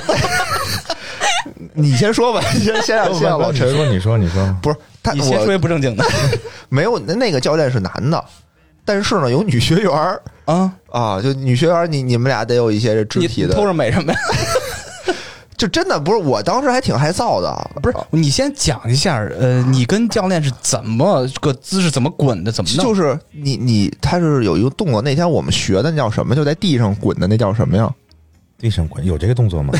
S1: 你先说吧，先先 让先让老
S4: 你
S1: 陈
S4: 说，你说，你说，
S1: 不是他，
S2: 你先说
S1: 我
S2: 一不正经的
S1: 没有那那个教练是男的，但是呢有女学员儿
S2: 啊！
S1: 啊，就女学员儿，你你们俩得有一些这肢
S2: 你
S1: 体
S2: 偷
S1: 的，
S2: 着美什么呀？
S1: 就真的不是，我当时还挺害臊的，
S2: 不是，你先讲一下，呃，你跟教练是怎么个姿势，怎么滚的，怎么弄？
S1: 就是你你他是有一个动作，那天我们学的那叫什么？就在地上滚的那叫什么呀？
S4: 地上滚有这个 动作吗？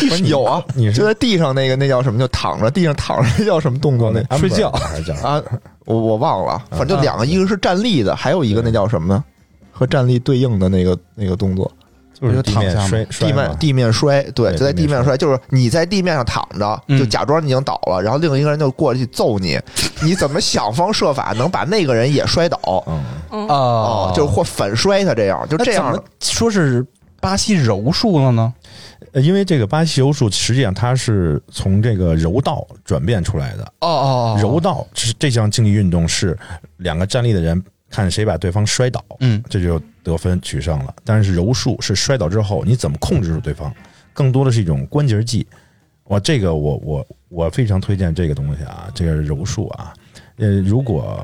S4: 不是你
S1: 有啊，
S4: 你
S1: 就是在地上那个那叫什么？就躺着地上躺着那叫什么动 作？那
S2: 哦睡觉啊
S4: 还是这样？
S1: 啊，我我忘了，反正就两个，一个是站立的，还有一个那叫什么呢？和站立对应的那个那个动作，
S4: 就
S2: 就是是
S4: 地
S2: 躺下
S4: 面
S2: 嘛
S4: 摔
S1: 地
S4: 摔嘛
S1: 面地面摔，对，
S4: 对
S1: 就在
S4: 地
S1: 地
S4: 面
S1: 面摔，就是你在地面上躺着，
S2: 嗯
S1: 就假装你已经倒了，然后另一个人就过去揍 你，你怎么想方设法能把那个人也摔倒？
S4: 嗯，
S3: 嗯，
S2: 哦
S1: 哦，，就是或反摔他这样，就
S2: 那
S1: 这样
S2: 怎么说是巴西柔术了呢？
S4: 呃因为这个巴西柔术实际上它是从这个柔道转变出来的，
S2: 哦哦
S4: 柔道这这项竞技运动是两个站立的人看谁把对方摔倒，
S2: 嗯，
S4: 这就得分取胜了。但是柔术是摔倒之后你怎么控制住对方，更多的是一种关节技。哇，这个我我我非常推荐这个东西啊，这个柔术啊，呃，如果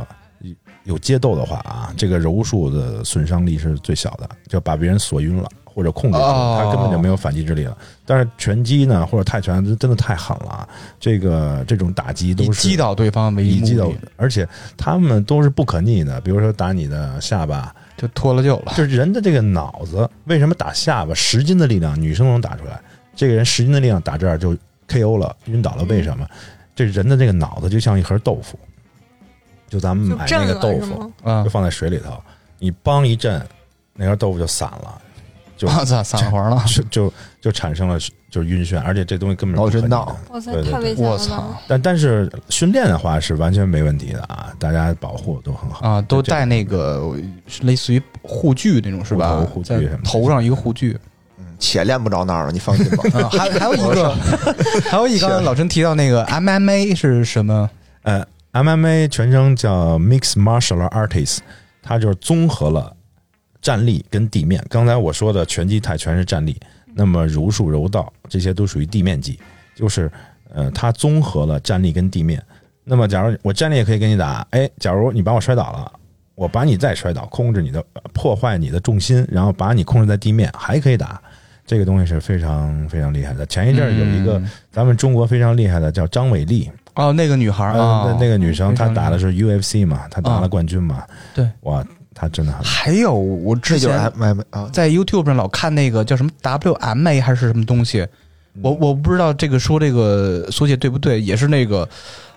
S4: 有械斗的话啊，这个柔术的损伤力是最小的，就把别人锁晕了或者控制住，
S2: 哦
S4: 他根本就没有反击之力了。但是拳击呢，或者泰拳真的太狠了啊，这个这种打击
S2: 以
S4: 都是
S2: 击倒对方为
S4: 以
S2: 一
S4: 击
S2: 目
S4: 倒
S2: 的，，
S4: 而且他们都是不可逆的。比如说打你的下巴，
S2: 就脱了臼了。
S4: 就是人的这个脑子，为什么打下巴十斤的力量女生能打出来？这个人十斤的力量打这儿就 KO 了，晕倒了，为什么？
S3: 嗯
S4: 这人的这个脑子就像一盒豆腐，就咱们
S3: 就
S4: 买
S3: 震
S4: 嗯那个
S3: 了
S4: 豆
S3: 是
S4: 腐，
S3: 吗？
S2: 啊
S4: 就，放在水里头，你梆一震，那盒豆腐就散了， 就
S2: 我操，散黄了！
S4: 就就就产生了就是晕眩，而且这东西根本
S1: 脑
S4: 不可
S1: 震
S4: 逆
S1: 荡
S4: 的
S3: 哇塞
S4: 对，对
S3: 太
S4: 对
S3: 危险
S2: 我
S3: 了
S2: 操
S3: 吧！
S4: 但但是训练的话是完全没问题的啊，大家保护都很好
S2: 啊，都
S4: 就这
S2: 戴那个类似于护具那种是吧
S4: 护头？护具
S2: 在
S4: 什么的
S2: 头上一个护具。
S1: 且练不着那儿了，你放心 吧。
S2: 啊，还还有一个， 还有一个，刚才老陈提到那个 MMA 是什么？
S4: 呃，MMA 全称叫 Mixed Martial Artist，它就是综合了站立跟地面。刚才我说的拳击、泰拳是站立，那么柔术、柔道这些都属于地面技，就是呃，它综合了站立跟地面。那么，假如我站立也可以跟你打，哎，假如你把我摔倒了。我把你再摔倒，控制你的，呃破坏你的重心，然后把你控制在地面，还可以打，这个东西是非常非常厉害的。前一阵儿有一个
S2: 嗯
S4: 咱们中国非常厉害的叫张伟丽，
S2: 哦，那个女孩儿
S4: 啊，
S2: 啊
S4: 那，那个女生
S2: 非
S4: 她
S2: 常
S4: 打的是 UFC 嘛，她拿
S2: 啊
S4: 了冠军嘛，
S2: 对，
S4: 哇，她真的很
S2: 啊还有我
S1: 这
S2: 之
S1: 就是
S2: 前
S1: MMA 啊，
S2: 在 YouTube 上老看那个叫什么 WMA 还是什么东西，
S4: 嗯
S2: 我我不知道这个说这个缩写对不对，也是那个。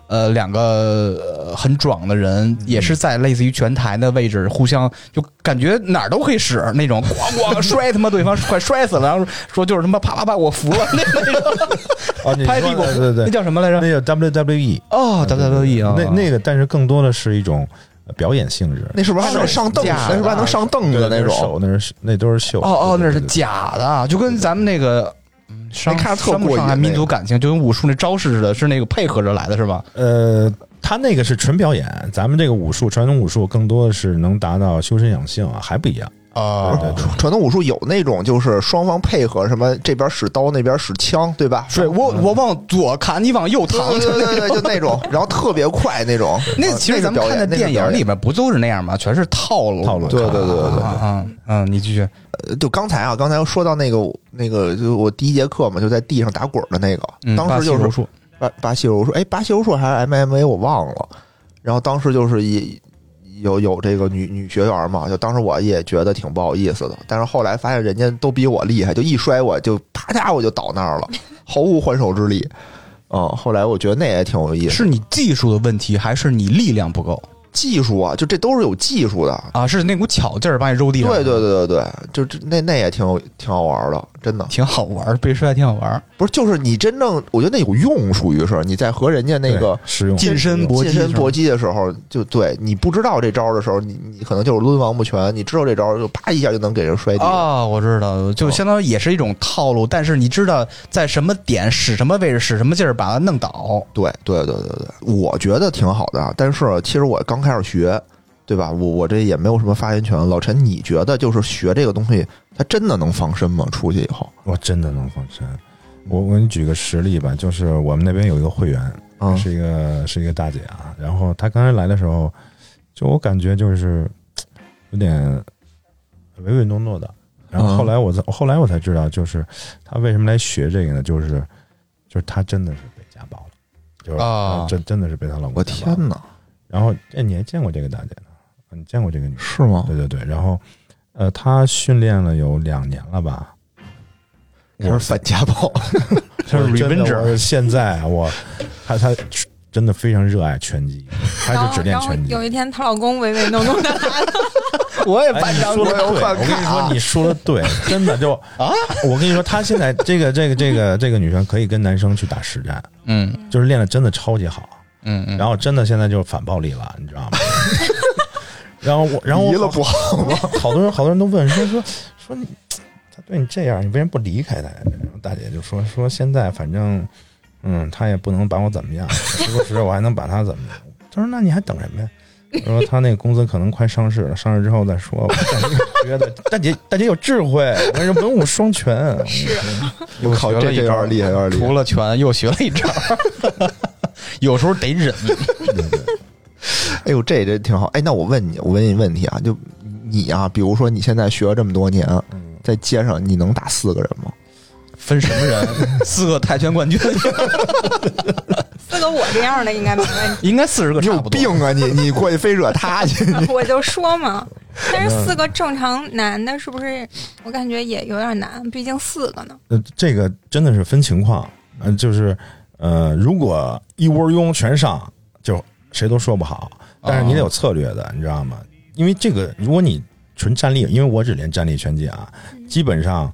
S2: 呃，两个呃很壮的
S4: 嗯
S2: 人也是在类似于拳台的位置，互相就感觉哪儿都可以使那种，咣 咣摔他妈对方快摔死了，然后说就是他妈啪啪啪我服了，那那种
S4: 哦，你
S2: 拍
S4: 说
S2: 屁股
S4: 的对对
S2: 那
S4: 对，
S2: 叫什么来着？
S4: 那叫 E WWE
S2: 哦，WWE 啊，
S4: 那那个，但是更多的是一种呃表演性质，
S1: 那是不是还能上凳子？
S2: 手架
S1: 那是不是还能上凳
S4: 对
S1: 子那
S4: 是
S1: 种？
S4: 手那是那都是秀，
S2: 哦哦，
S4: 对
S2: 那是
S4: 对对
S2: 假的，啊就跟咱们那个。嗯伤
S1: 那看着特
S2: 伤不
S1: 过
S2: 伤
S1: 瘾
S2: 害民
S1: 那个
S2: 族感情，就跟武术那招式似的，是那个配合着来的，是吧？
S4: 呃，他那个是纯表演，咱们这个武术传统武术更多的是能达到修身养性啊，还不一样，
S2: 啊
S4: 对对对。
S1: 传统武术有那种就是双方配合，什么这边使刀那边使枪，对吧？
S2: 对，我我往左砍，你往 右
S1: 对
S2: 躺，
S1: 对对对，就那种，然后特别快那种。
S2: 那其实咱们看的电影里面不都是那样吗？全是套路，
S4: 套路
S1: 对对对对对
S2: 啊啊嗯，你继续
S1: 呃就刚才啊，刚才说到那个那个，就我第一节课嘛，就在地上打滚的那个
S2: 嗯，
S1: 当时就
S2: 巴西柔
S1: 是
S2: 术
S1: 巴巴西柔术，哎，巴西柔术还是 MMA 我忘了。然后当时就是一有有这个女女学员嘛，就当时我也觉得挺不好意思的，但是后来发现人家都比我厉害，就一摔我就啪嗒我就倒那儿了，毫无还手之力。嗯，后来我觉得那也挺有意思，
S2: 是你技术的问题，还是你力量不够
S1: 技术啊，就这都是有技术的。
S2: 啊？是那股巧劲儿把你揉地上，
S1: 对对，对对对，就这那那也挺有挺好玩的，真的
S2: 挺好玩儿，被摔挺好玩儿。
S1: 不是就是你真正我觉得那有用，属于是你在和人家那个
S4: 对实用，
S2: 近身搏击
S1: 近
S2: 是
S1: 身
S2: 吧
S1: 搏击的时候，就对你不知道这招的时候，你你可能就是抡王八拳；你知道这招，就啪一下就能给人摔地。
S2: 啊、我知道，就相当于也是一种套路，但是你知道在什么点使什么位置使什么劲儿把它弄倒。
S1: 对对对对对，我觉得挺好的。啊但是其实我刚开始学，对吧？我我这也没有什么发言权。老陈，你觉得就是学这个东西，它真的能防身吗？出去以后，
S4: 我真的能防身。我我给你举个实例吧，就是我们那边有一个会员，
S1: 嗯
S4: 是一个是一个大姐啊，然后她刚才来的时候，就我感觉就是嘖有点唯唯诺诺的，然后
S1: 嗯
S4: 后来我才后来我才知道，就是她为什么来学这个呢？就是就是她真的是被家暴了，就是
S2: 啊
S4: 她真真的是被她老公
S1: 我
S4: 家暴了
S1: 天哪，
S4: 然后哎，你还见过这个大姐呢？啊你见过这个女？
S1: 是吗？
S4: 对对对，然后呃，她训练了有两年了吧？
S1: 我是反家暴，
S2: 就是
S4: 我真的
S2: revenger
S4: 我是现在啊我她她真的非常热爱拳击，她
S3: 然
S4: 就只
S3: 后，
S4: 练
S3: 然后
S4: 拳击。
S3: 有一天，她老公唯唯诺诺的来了，
S1: 我 也
S4: 哎，你说的对，我跟你说，你说的 对，真的就啊！我跟你说，她现在这个这个这个这个女生可以跟男生去打实战，
S2: 嗯
S4: 就是练的真的超级好，
S2: 嗯嗯，
S4: 然后真的现在就是反暴力了，你知道 吗？然后我，然后我
S1: 离了不啊好，
S4: 好多人好多人都问说说说你，他对你这样，你为什么不离开他呀？然后大姐就说说现在反正，嗯，他也不能把我怎么样，时不时我还能把他怎么样。他说那你还等什么呀？我说他那个公司可能快上市了，上市之后再说吧。我觉得大姐大姐有智慧，我跟你说文武双全。啊
S1: 我靠，这这有点厉害，有点厉害
S2: 除。了拳又学了一招， 有时候得忍。
S1: 哎呦，这这挺好。哎，那我问你，我问你问题啊，就你啊，比如说你现在学了这么多年，
S4: 嗯
S1: 在街上你能打四个人吗？
S2: 分什么人？ 四个泰拳冠军，
S3: 四个我这样的应该没问
S2: 应该四十个
S1: 你
S2: 差
S1: 有
S2: 不多。
S1: 病啊！你你过去非惹他去，
S3: 题， 我就说嘛。
S1: 嗯
S3: 但是四个正常男的，是不是？我感觉也有点难，毕竟四个呢。
S4: 呃，这个真的是分情况，嗯、就是呃，如果一窝拥全上，就谁都说不好，但是你得有策略的，你知道吗？因为这个，如果你纯站立，因为我只练站立拳击啊，基本上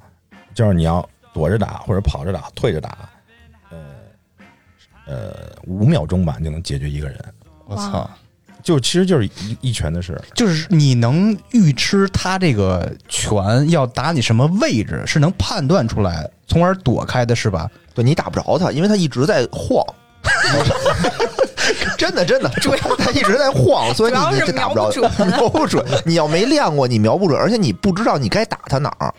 S4: 就是你要躲着打，或者跑着打，退着打，呃呃，五秒钟吧，你就能解决一个人，
S2: 我操！
S4: 就其实就是一一拳的事儿。
S2: 就是你能预知他这个拳要打你什么位置，是能判断出来，从而躲开的，是吧？
S1: 对你打不着他，因为他一直在晃。 真的，真的，主要他一直在晃，所以
S3: 主要
S1: 你
S3: 是
S1: 你打不着，
S3: 瞄不准
S1: 瞄不准。你要没练过，你瞄不准，而且你不知道你该打他哪儿。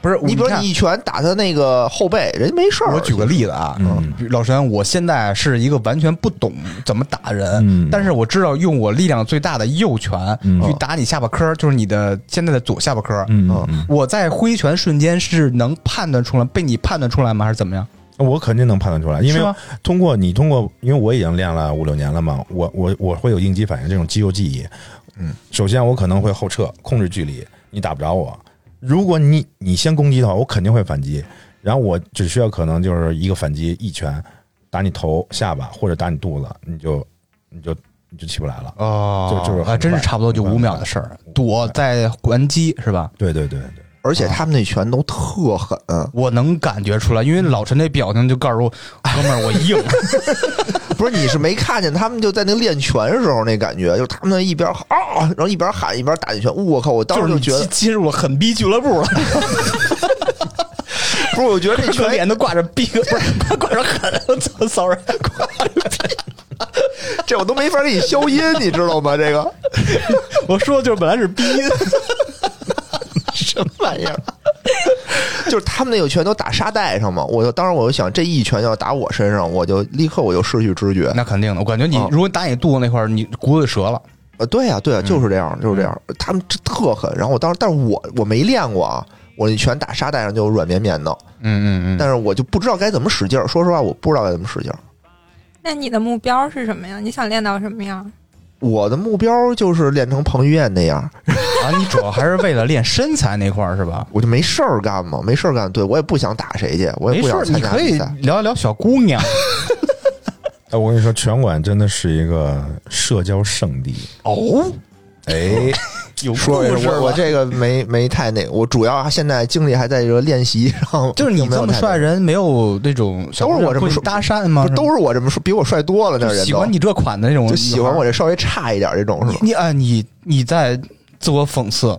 S2: 不是，
S1: 你比如
S2: 看
S1: 你一拳打他那个后背，人家没事儿。
S2: 我举个例子啊，
S4: 嗯
S2: 比如老陈，我现在是一个完全不懂怎么打人，
S4: 嗯
S2: 但是我知道用我力量最大的右拳
S4: 嗯
S2: 去打你下巴颏儿，就是你的现在的左下巴颏儿。
S4: 嗯
S1: 嗯
S4: 嗯，
S2: 我在挥拳瞬间是能判断出来，被你判断出来吗？还是怎么样？
S4: 我肯定能判断出来，因
S2: 是
S4: 为
S2: 吗
S4: 通过你通过，因为我已经练了五六年了嘛，我我我会有应激反应这种肌肉记忆。
S1: 嗯，
S4: 首先我可能会后撤控制距离，你打不着我。如果你你先攻击的话，我肯定会反击，然后我只需要可能就是一个反击一拳打你头下巴或者打你肚子，你就你就你就起不来了。
S2: 哦
S4: 就就是很
S2: 还真是
S4: 快
S2: 差不多就
S4: 很快
S2: 五秒的事儿
S4: 快，
S2: 躲在还击是吧？
S4: 对对对对，
S1: 而且他们那拳都特狠，
S2: 我能感觉出来，因为老陈那表情就告诉我，哥们儿，我硬。
S1: 不是，你是没看见他们就在那练拳时候那感觉，就是他们那一边啊，然后一边喊一边打进拳。我靠！我 当
S2: 就
S1: 时就
S2: 是你
S1: 觉
S2: 进
S1: 得，
S2: 进入了狠逼俱乐部了，
S1: 不是，我觉得这
S2: 这
S1: 拳
S2: 脸都挂着逼，不 是挂着狠，我操，sorry，
S1: 这我都没法给你消音，你知道吗？这个
S2: 我说的就是本来是逼，
S1: 什么玩意儿？就是他们那个拳都打沙袋上嘛，我就当时我就想，这一拳要打我身上，我就立刻我就失去知觉。
S2: 那肯定的，我感觉你
S1: 哦
S2: 如果打你肚子那块儿，你骨头折了，
S1: 呃，对呀、
S2: 嗯
S1: 对呀、就是这样，就是这样。他们这特狠，然后我当时，但是我我没练过啊，我那拳打沙袋上就软绵绵的，
S2: 嗯嗯
S1: 但是我就不知道该怎么使劲儿。说实话，我不知道该怎么使劲儿。
S3: 那你的目标是什么呀？你想练到什么样？
S1: 我的目标就是练成彭于晏那样，
S2: 啊，你主要还是为了练身材那块儿是吧？
S1: 我就没事儿干嘛，没事儿干。对我也不想打谁去，我也
S2: 没
S1: 不
S2: 事
S1: 想
S2: 儿，
S1: 参
S2: 你
S1: 加
S2: 可
S1: 比
S2: 以
S1: 赛。
S2: 聊一聊小姑 娘
S4: 哎，我跟你说，拳馆真的是一个社交圣地。
S2: 哦，
S4: 哎，
S2: 有
S1: 说
S2: 故事
S1: 我我
S2: 吧
S1: 这个没没太那，我主要现在精力还在这个练习上。
S2: 就是你
S1: 并没有
S2: 这么
S1: 太
S2: 帅人，没有那种小
S1: 都是
S2: 姑娘
S1: 我这么
S2: 会
S1: 说
S2: 搭讪吗？
S1: 不都是我这么说，比我帅多了，那
S2: 就
S1: 人
S2: 喜
S1: 都
S2: 欢你这款的那种女
S1: 就
S2: 孩儿，
S1: 喜欢我这稍微差一点这种是吗？
S2: 你啊，你你在自我讽刺，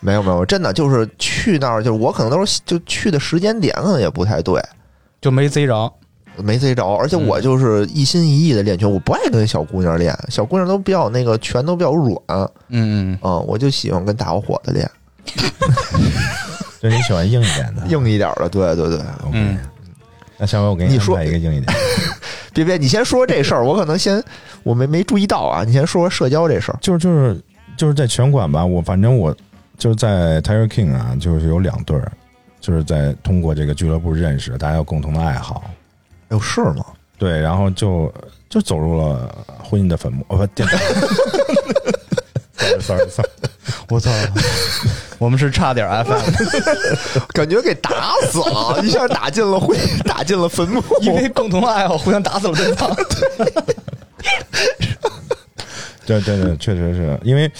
S1: 没有没有，真的就是去那儿，就是我可能都是就去的时间点可能也不太对，
S2: 就没贼着。
S1: 没逮着。而且
S2: 嗯
S1: 我就是一心一意的练拳，我不爱跟小姑娘练，小姑娘都比较那个拳都比较软，
S2: 嗯，
S1: 嗯，我就喜欢跟大小伙子练，
S4: 就你喜欢硬一点的。
S1: 硬一点的。对对对，
S4: OK
S2: 嗯
S4: 那下回我给你
S1: 你
S4: 安
S1: 说
S4: 排一个硬 一点的。
S1: 别别，你先说这事儿，我可能先我没没注意到啊，你先说说社交这事儿。
S4: 就是就是就是在拳馆吧，我反正我就是在 Tiger King 啊，就是有两对儿，就是在通过这个俱乐部认识，大家有共同的爱好，
S1: 有事儿吗？
S4: 对，然后就就走入了婚姻的坟墓，哦不，电 sorry sorry sorry，
S2: 我 操，我们是差点 FM，
S1: 感觉给打死了，一下打进了灰，打进了坟墓。
S2: 因为共同爱好互相打死了对方。
S4: 对对对，确实是因为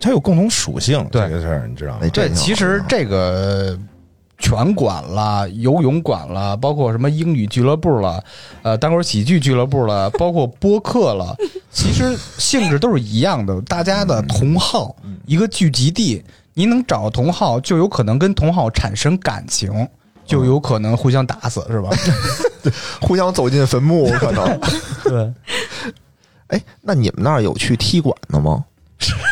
S4: 它有共同属性，
S2: 对
S4: 这个事儿你知道吗
S1: 哎？
S2: 对，
S1: 挺好
S2: 其实这个拳馆啦、游泳馆啦，包括什么英语俱乐部啦、呃单口喜剧俱乐部啦，包括播客啦，其实性质都是一样的，大家的同好，一个聚集地，你能找同好，就有可能跟同好产生感情。就有可能互相打死，是吧？
S1: 互相走进坟墓可 能。
S2: 对，
S1: 哎，那你们那儿有去踢馆的吗？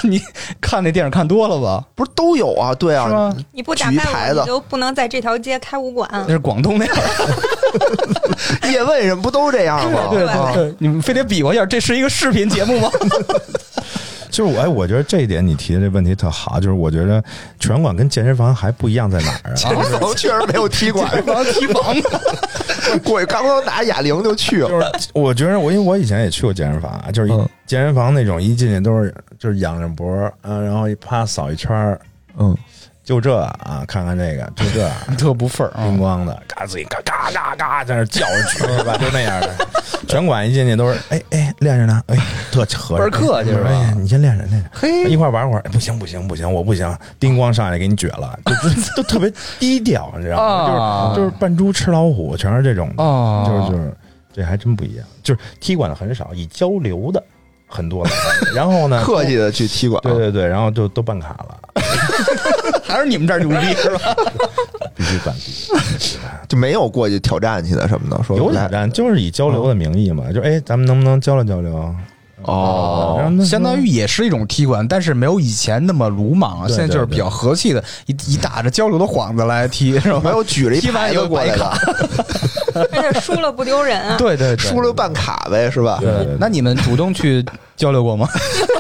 S2: 你看那电影看多了吧？
S1: 不是都有啊？对
S2: 是
S1: 啊
S2: 吗，
S3: 你不打
S1: 举一
S3: 败
S1: 牌子
S3: 我，你就不能在这条街开武 馆。
S2: 那是广东那边儿，
S1: 叶问人不都这样吗？
S2: 对
S1: 啊
S2: 对 对，你们非得比划一下，这是一个视频节目吗？
S4: 就是我哎，我觉得这一点你提的这问题特好，就是我觉得拳馆跟健身房还不一样在哪儿啊？
S1: 可能确实没有踢馆，
S2: 房提防
S1: 过去刚刚拿哑铃就去 了。
S4: 呃我觉得我因为我以前也去过健身房啊，就是一
S1: 嗯
S4: 健身房那种一进去都是就是仰着脖儿，嗯，然后一啪扫一圈儿，
S1: 嗯，
S4: 就这啊，看看这个，就这啊
S2: 特不忿儿啊
S4: 咣！咣的，嘎自己嘎嘎嘎嘎在那叫着去是吧，就那样的。拳馆一进去都是哎哎练着呢，哎特合
S2: 倍
S4: 着
S2: 儿客气是吧
S4: 哎呀你先练着练着。
S2: 嘿
S4: 一块儿玩会儿，哎不行不行不行，我不行，叮咣上来给你撅了，就就都特别低调，你知道吗？
S2: 啊
S4: 就是就是扮猪吃老虎，全是这种的。
S2: 哦，
S4: 就是就是这还真不一样，就是踢馆的很少，以交流的很多了。然后呢，
S1: 客气的去踢馆，
S4: 对对对，然后就都办卡了，
S2: 还是你们这儿牛逼是吧？
S4: 必须办。
S1: 就没有过去挑战去的什么的，说
S4: 有挑
S1: 来
S4: 战就是以交流的名义嘛，就哎，咱们能不能交流交流？然后
S1: 哦，
S4: 那时候
S2: 相当于也是一种踢馆，但是没有以前那么鲁莽啊，
S4: 对
S2: 现在就是比较和气的，以以打着交流的幌子来踢是
S1: 没
S2: 吧？
S1: 有举着一
S2: 踢完
S1: 牌
S2: 以
S1: 子
S2: 后
S1: 过来
S2: 白
S1: 的，
S3: 而且输了不丢人啊！
S2: 对对
S1: 输了办卡呗，是吧？
S4: 对对对
S2: 那你们主动去交流过吗？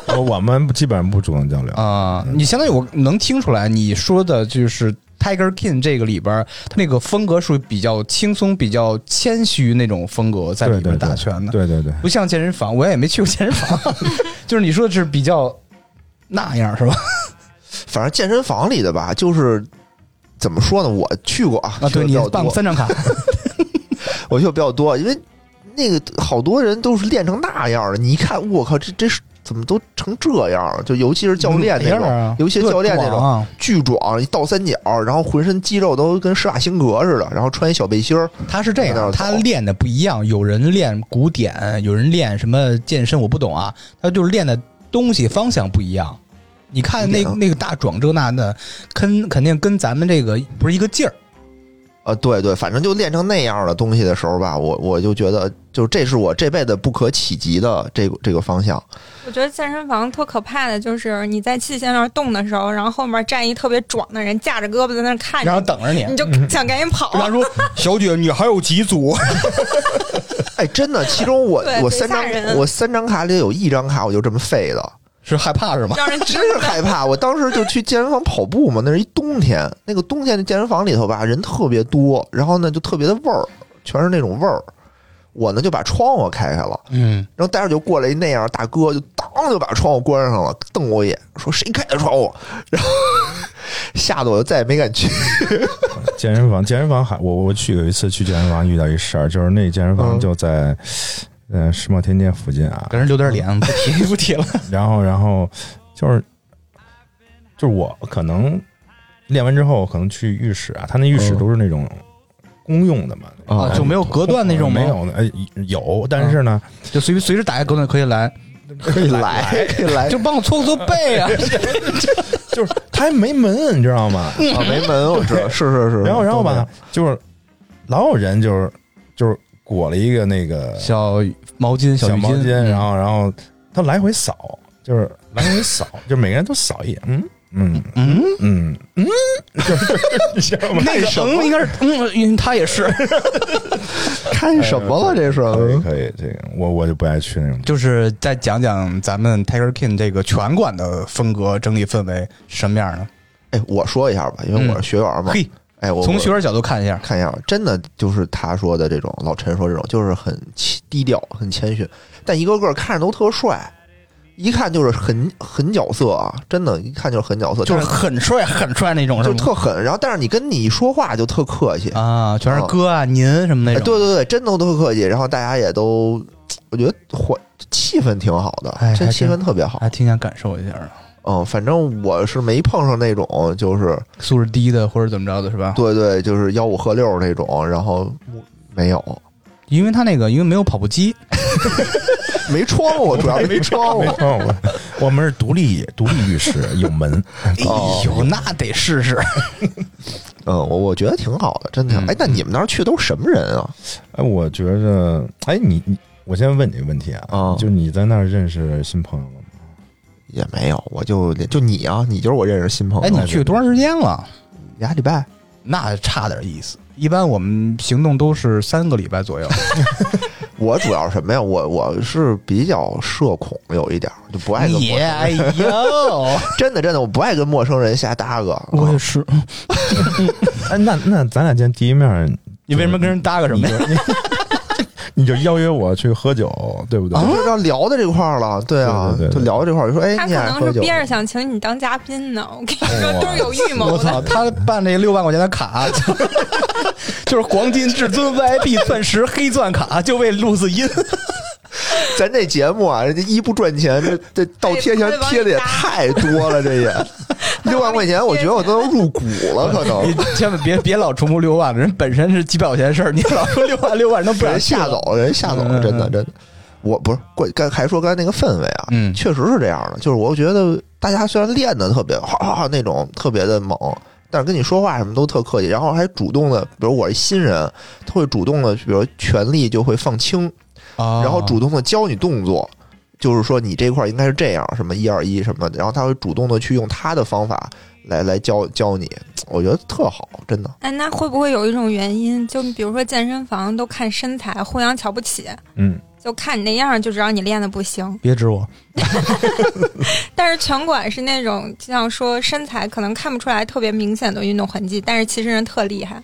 S4: 我我们基本上不主动交流。
S2: 啊，你相当于我能听出来，你说的就是《Tiger King》这个里边儿，它那个风格属于比较轻松、比较谦虚那种风格，在
S4: 对
S2: 里
S4: 对
S2: 边
S4: 对
S2: 打拳的，
S4: 对对对，
S2: 不像健身房，我也没去过健身房，就是你说的是比较那样是吧？
S1: 反正健身房里的吧，就是怎么说呢，我去过啊
S2: 啊，对
S1: 去
S2: 你
S1: 的比较多
S2: 办过三 张卡，
S1: 我去的比较多，因为那个好多人都是练成那样了，你一看，我靠，这这是怎么都成这样了？就尤其是教练那
S2: 哪样
S1: 种
S2: 啊，
S1: 尤其是教练那
S2: 特
S1: 种
S2: 壮啊
S1: 巨壮，一倒三角，然后浑身肌肉都跟施瓦辛格似的，然后穿一小背心儿，
S2: 他是这
S1: 在那儿
S2: 样，
S1: 走
S2: 他练的不一样，有人练古典，有人练什么健身，我不懂啊，他就是练的东西方向不一样。你看那
S1: 古典啊
S2: 那个大壮这那的，肯肯定跟咱们这个不是一个劲儿。
S1: 啊，对对，反正就练成那样的东西的时候吧，我我就觉得，就这是我这辈子不可企及的这个这个方向。
S3: 我觉得健身房特可怕的就是你在器械那儿动的时候，然后后面站一特别壮的人架着胳膊在那儿看
S2: 然后
S3: 着嗯
S2: 等着你
S3: 你，。你就
S1: 嗯
S3: 想赶紧跑。
S2: 他 说：“小姐，你还有几组
S1: 哎，真的，其中我
S3: 对
S1: 我
S3: 贼
S1: 三张
S3: 吓人
S1: 我三张卡里有一张卡我就这么废的，
S2: 是害怕是吗？
S3: 让人知
S1: 真是害怕！我当时就去健身房跑步嘛，那是一冬天，那个冬天的健身房里头吧，人特别多，然后呢就特别的味儿，全是那种味儿，我呢就把窗户开开了，
S2: 嗯，
S1: 然后待会儿就过来一那样大哥，就当就把窗户关上了，瞪我一眼，说谁开的窗户？ 然后吓得我就再也没敢去。
S4: 健身房，健身房还我我去有一次去健身房遇到一事儿，就是那健身房
S1: 嗯
S4: 就在嗯、呃、世贸天阶附近啊，
S2: 给人留点脸，不提 不提了。
S4: 然后然后就是就是我可能练完之后可能去浴室啊，他那浴室
S1: 嗯
S4: 都是那种公用的嘛，
S1: 啊
S4: 哎
S2: 就没有隔断那种吗
S4: 没有呢，哎有，但是呢，
S2: 就随随时打开隔断可以来，
S1: 可以来，可以来，
S2: 就帮我搓搓背啊。
S4: 就是他还没门，你知道吗？
S1: 啊，没门，我知道，是是是。
S4: 然后然后
S1: 都没
S4: 吧
S1: 有，，
S4: 就是老有人就是就是裹了一个那个
S2: 小毛巾，
S4: 小
S2: 浴
S4: 毛巾，
S2: 嗯
S4: 然后然后他来回扫，就是来回扫，就每个人都扫一眼，嗯嗯
S2: 嗯，
S4: 嗯嗯，就是你知道吗？
S2: 那个嗯应该是嗯，他也是，
S1: 看什么了？这是
S2: 哎
S4: 可以可以，这个我我就不爱去那种。
S2: 就是再讲讲咱们 Tiger King 这个拳馆的风格、整体氛围是什么样的？
S1: 哎，我说一下吧，因为我是学员嘛。
S2: 嗯嘿，
S1: 哎，我
S2: 从学
S1: 我
S2: 员角度看一下，
S1: 看一下，真的就是他说的这种，老陈说这种，就是很谦低调、很谦逊，但一个个看着都特帅，一看就是狠狠角色啊，真的，一看就是狠角色，
S2: 就是
S1: 但
S2: 很帅、很帅那种，是
S1: 就
S2: 吗
S1: 特狠。然后，但是你跟你一说话就特客气，
S2: 啊，全是哥啊、您什么那
S1: 哎，
S2: 种。
S1: 对对对，真都特客气。然后大家也都，我觉得环气氛挺好的，
S2: 哎
S1: 这
S2: 还
S1: 气
S2: 真
S1: 氛特别好。
S2: 还挺想感受一下啊的，
S1: 嗯，反正我是没碰上那种就是
S2: 素质低的或者怎么着的，是吧？
S1: 对对，就是吆五喝六那种，然后没有，
S2: 因为他那个因为没有跑步机，
S1: 没窗户，主要是没
S2: 哦
S1: 窗户
S4: 没。窗户，我们是独立独立浴室，有门。
S1: 哦
S2: 哎呦，那得试试。
S1: 嗯，我我觉得挺好的，真的挺好。
S2: 嗯
S1: 哎，那你们那儿去都是什么人啊？
S4: 哎，我觉着，哎，你你，我先问你一个问题啊，
S1: 啊
S4: 就你在那儿认识新朋友了吗？
S1: 也没有，我就就你啊，你就是我认识新朋友。
S2: 哎，你去多长时间了？
S1: 俩礼拜？
S2: 那差点意思。一般我们行动都是三个礼拜 左右。
S1: 我主要是什么呀？我我是比较社恐，有一点儿就不爱跟陌
S2: 你
S1: 生人。
S2: 哎 呦，
S1: 真的真的，我不爱跟陌生人瞎搭个。
S2: 也是。
S4: 哎，那那咱俩见第一面，
S2: 你为什么跟人搭个什么呀？
S4: 你就？你就邀约我去喝酒，对不对？
S1: 就是要聊到这块儿了，对啊，
S4: 对对对对
S1: 就聊到这块儿，就说哎，
S3: 他可
S1: 你爱喝
S3: 能是
S1: 酒哎吗
S3: 憋着想请你当嘉宾呢，我跟你说都是有预 谋
S2: 我
S3: 的。
S2: 操，他办这六万块钱的卡， 就是黄金至尊 VIP 钻石黑钻卡，就为录次音。
S1: 咱这节目啊，人家一不赚钱，这这倒贴钱
S3: 被被
S1: 贴的也太多了，这 也六万块钱，我觉得我都能入股了，可
S2: 你
S1: 能
S2: 千万别别老重复六万，人本身是几百块钱的事儿，你老说六万 六万，人都不
S1: 被
S2: 想
S1: 人
S2: 去
S1: 吓
S2: 了。
S1: 走了，人吓走了，
S2: 嗯
S1: 真的真的。我不是过刚还说刚才那个氛围啊，
S2: 嗯
S1: 确实是这样的。就是我觉得大家虽然练的特别哈哈哈那种特别的猛，但是跟你说话什么都特客气，然后还主动的，比如我是新人，他会主动的，比如权力就会放轻，
S2: 然
S1: 啊然后
S2: 哦
S1: 主动的教你动作，就是说你这块儿应该是这样，什么一二一什么的，然后他会主动的去用他的方法来来教教你，我觉得特好，真的。
S3: 哎，那会不会有一种原因，就比如说健身房都看身材，互相瞧不起，
S4: 嗯，
S3: 就看你那样就知道你练的不行。
S2: 别指我，
S3: 但是拳馆是那种，就像说身材可能看不出来特别明显的运动痕迹，但是其实人特厉害，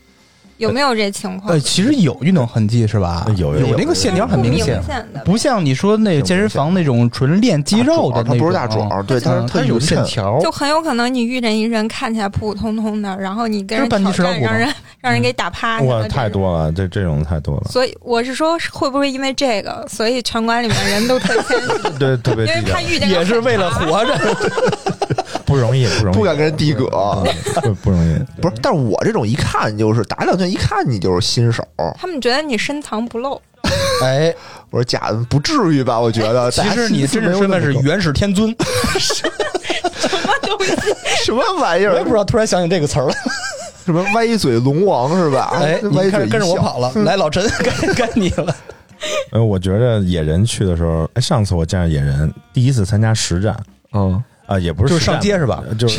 S3: 有没有这情况？
S2: 呃，其实有运动痕迹是吧？
S4: 有有
S2: 哎有那个线条很
S3: 不
S2: 明
S3: 明
S2: 显，
S3: 的，
S2: 不像你说那个健身房那种纯练肌肉的
S1: 他
S2: 那
S1: 啊不
S2: 种，
S1: 是大壮，对，他
S2: 嗯
S1: 是特
S2: 它有
S1: 匀
S2: 线
S1: 称。
S2: 条，
S3: 就很有可能你遇见一人看起来普普通通的，然后你跟人
S2: 这是半地
S3: 挑战，
S2: 吃老虎
S3: 让
S2: 吗
S3: 人让
S2: 嗯
S3: 人给打趴下
S4: 哇，
S3: 了，
S4: 太。多了，这这种太多了，
S3: 所以我是说，会不会因为这个，所以拳馆里面人都特谦 虚，
S4: 对，特别
S3: 因为
S4: 低调
S3: 他，遇见
S2: 也是为了
S3: 活。
S2: 活着。
S4: 不容易，不容易，
S1: 不敢跟人低格啊
S4: 不不容易，
S1: 不是，但是我这种一看就是打两拳，一看你就是新手。
S3: 他们觉得你深藏不露，
S2: 哎，
S1: 我说假的，不至于吧？我觉得。
S2: 其
S1: 大家
S2: 实你
S1: 心思
S2: 真
S1: 没有那
S2: 实身份是
S1: 么高
S2: 元始天尊，
S1: 什么玩意
S2: 我
S1: 儿
S2: 也不？知道，突然想起这个词儿了。
S1: 什么歪嘴龙王是吧？
S2: 哎，你
S1: 歪
S2: 开
S1: 嘴
S2: 始
S1: 一
S2: 跟着我
S1: 笑
S2: 跑了，来老陈， 该该你了。
S4: 呃，我觉着野人去的时候，哎，上次我见着野人，第一次参加实战啊、
S1: 嗯，
S4: 也不是
S2: 就是上
S4: 实战
S2: 街是吧
S4: 呃就是，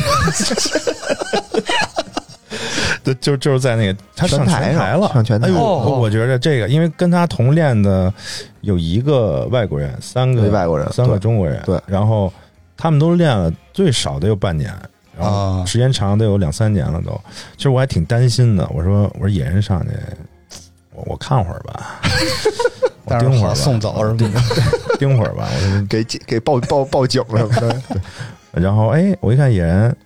S4: 对，就就是在那个他上
S1: 拳台
S4: 拳台了，
S1: 上拳台
S4: 哎呦，
S2: 哦
S4: 我觉着这个，因为跟他同练的有一个外国人，三
S1: 对
S4: 个
S1: 外国人，
S4: 嗯三个
S1: 对
S4: 中国人，
S1: 对
S4: 然后他们都练了最少得有半年，然后
S2: 啊
S4: 时间长得有两三年了都。其实我还挺担心的，我说我说野人上去，我我看会儿吧，我
S2: 但
S4: 盯
S2: 是
S4: 会儿
S2: 好
S4: 吧，
S2: 送走是吗？
S4: 盯会儿吧，我就
S1: 给警给报报报警什么的，
S4: 然后哎，我一看野人，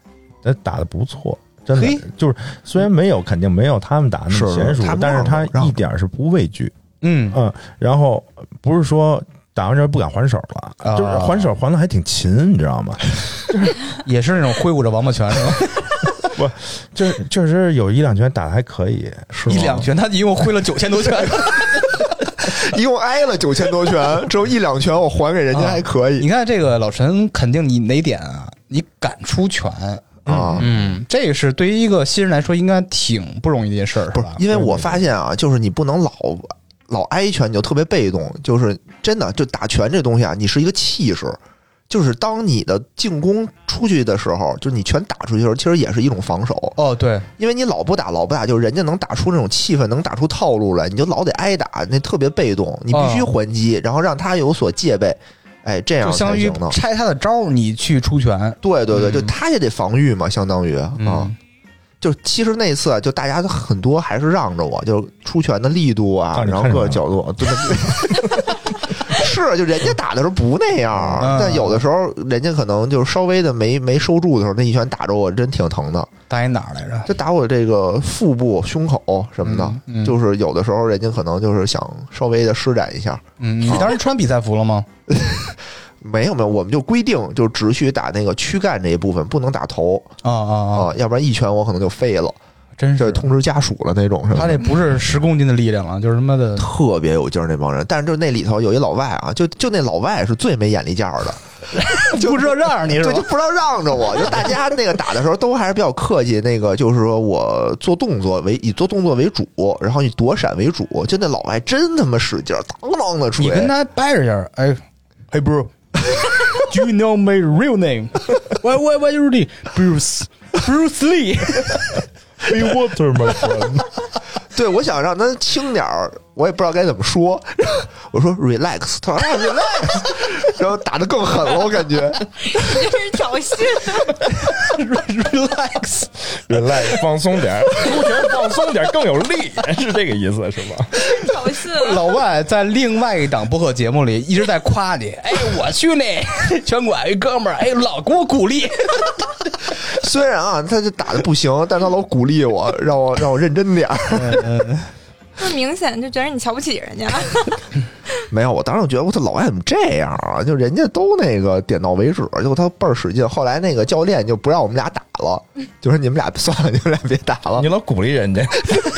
S4: 呃，打的不错，真
S2: 嘿
S4: 的就是虽然没有肯定没有他们打得那么
S1: 是
S4: 娴熟
S1: 他，们
S4: 但是
S1: 让
S4: 他
S1: 让
S4: 一点儿是不畏惧，
S2: 嗯，
S4: 嗯，然后不是说。打完之后不敢还手了，
S2: 啊
S4: 就是还手还的还挺勤，你知道吗？
S2: 也是那种挥舞着王八拳是吧？
S4: 就是确实有一两拳打的还可以，是 吗
S2: 一两拳，他一共挥了九千多拳。
S1: 一共挨了九千多拳，只有一两拳我还给人
S2: 啊
S1: 家还可以
S2: 你看这个老陈，肯定你哪点啊？你敢出拳，
S1: 啊。
S2: 嗯，这个是对于一个新人来说应该挺不容易的一件事儿，
S1: 不是
S2: 吧，？嗯
S1: 因为我发现啊，就是你不能老老挨拳，你就特别被动。就是真的，就打拳这东西啊，你是一个气势。就是当你的进攻出去的时候，就是你拳打出去的时候，其实也是一种防守。
S2: 哦，对，
S1: 因为你老不打，老不打，就是人家能打出那种气氛，能打出套路来，你就老得挨打，那特别被动。你必须
S2: 啊
S1: 还击，然后让他有所戒备，哎，这样
S2: 就相
S1: 才
S2: 当于
S1: 行呢。
S2: 拆他的招儿，你去出拳。
S1: 对对对，
S2: 嗯
S1: 就他也得防御嘛，相当于啊。
S2: 嗯，
S1: 就其实那次啊就大家都很多还是让着我，就出拳的力度啊，
S4: 让你
S1: 然后
S4: 看
S1: 各个
S4: 着他
S1: 角度，对对对是就人家打的时候不那样儿，
S2: 嗯
S1: 但有的时候人家可能就是稍微的没没收住的时候，那一拳打着我真挺疼的，
S2: 打你哪儿来着？
S1: 就打我这个腹部、胸口什么的。
S2: 嗯嗯
S1: 就是有的时候人家可能就是想稍微的施展一下，
S2: 嗯，你当时穿比赛服了吗？
S1: 没有没有，我们就规定就只许打那个躯干这一部分，不能打头
S2: 啊啊啊！
S1: 啊，要不然一拳我可能就废了，
S2: 真
S1: 这
S2: 是，
S1: 通知家属了那种是吧？
S2: 他这不是十公斤的力量了，啊就是他妈 的
S1: 特别有劲儿那帮人，但是就那里头有一老外啊，就就那老外是最没眼力见儿的，
S2: 不知道让你是
S1: 对，就
S2: 吧？
S1: 不知道让着 我，就大家那个打的时候都还是比较客气，那个就是说我做动作为以做动作为主，然后以躲闪为主，就那老外真他妈使劲儿，当当的
S2: 你
S1: 锤，
S2: 跟他掰着一下，哎，嘿，bro。Do you know my real name? Why, why, why you really Bruce? Bruce Lee?
S4: 哎呦我的妈！
S1: 对我想让他轻点儿，我也不知道该怎么说， 我说 relax，他说、啊、relax，然 后打的更狠了，我感觉。
S3: 你这是挑衅。
S2: Relax.
S4: 人来放松点儿，出拳放松点儿更有力， 是这个意思是吧？
S3: 挑衅啊 了。
S2: 老外在另外一档播客节目里一直在夸你，哎，我去那拳馆一哥们儿，哎，老给我鼓励，
S1: 虽然啊，他就打的不行，但是他老鼓励我，让我让我认真点儿。
S3: 那明显就觉得你瞧不起人家，
S1: 没有，我当时就觉得我操，老外怎么这样啊？就人家都那个点到为止，就他倍儿使劲。后来那个教练就不让我们俩打 了，就说你们俩算了，你们俩别打了
S4: 你。老鼓励人家，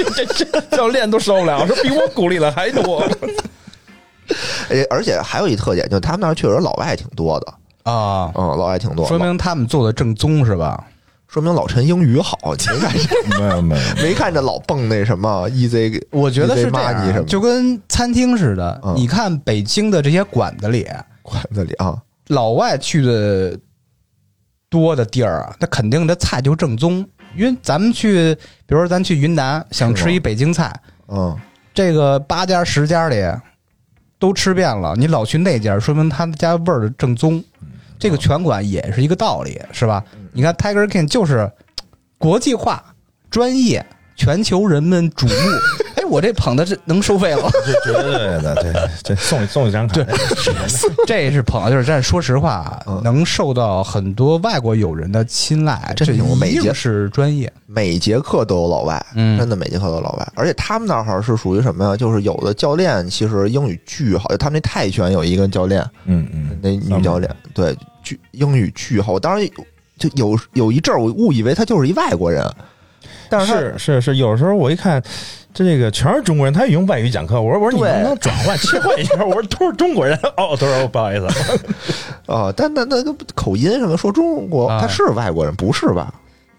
S4: 这这这教练都受不了，说比我鼓励的还多。
S1: 哎而且还有一特点，就他们那儿确实老外挺多的，
S2: 啊，
S1: 嗯，老外挺多，
S2: 说明他们做的正宗是吧？
S1: 说明老陈英语好，你没看这
S4: 没有没有，
S1: 没看这老蹦那什么 E EZ，
S2: 我觉得是这
S1: EZ 骂你什
S2: 样，
S1: 么
S2: 就跟餐厅似的
S1: 嗯。
S2: 你看北京的这些馆子里，
S1: 馆子里啊，
S2: 老外去的多的地儿啊，那肯定这菜就正宗。因为咱们去，比如说咱去云南，想吃一北京菜，
S1: 嗯，
S2: 这个八家十家里都吃遍了，你老去那家，说明他们家味儿正宗。这个拳馆也是一个道理，是吧？你看 Tiger King 就是国际化、专业、全球人们瞩目。哎，我这捧的是能收费了，
S4: 这绝对的，对，这送送一张卡，
S2: 这是捧，啊就是但是说实话
S1: 嗯，
S2: 能受到很多外国友人的青睐，
S1: 这
S2: 这
S1: 是我每
S2: 一
S1: 节
S2: 定是专业。
S1: 每节课都有老外，
S2: 嗯
S1: 真的每节课都有老外，而且他们那儿是属于什么呀？就是有的教练其实英语巨好，就他们那泰拳有一个教练。
S4: 嗯嗯，
S1: 那女教练对巨英语巨好，我当时就有有一阵儿我误以为他就是一外国人，但是他
S4: 是是是，有时候我一看，这个全是中国人，他也用外语讲课。我说我说你
S1: 对
S4: 能不能转换切换一下？我说都是中国人。哦，他说哦不好意思，
S1: 啊、但那那个口音什么说中国，
S2: 哎
S1: 他是外国人不是吧？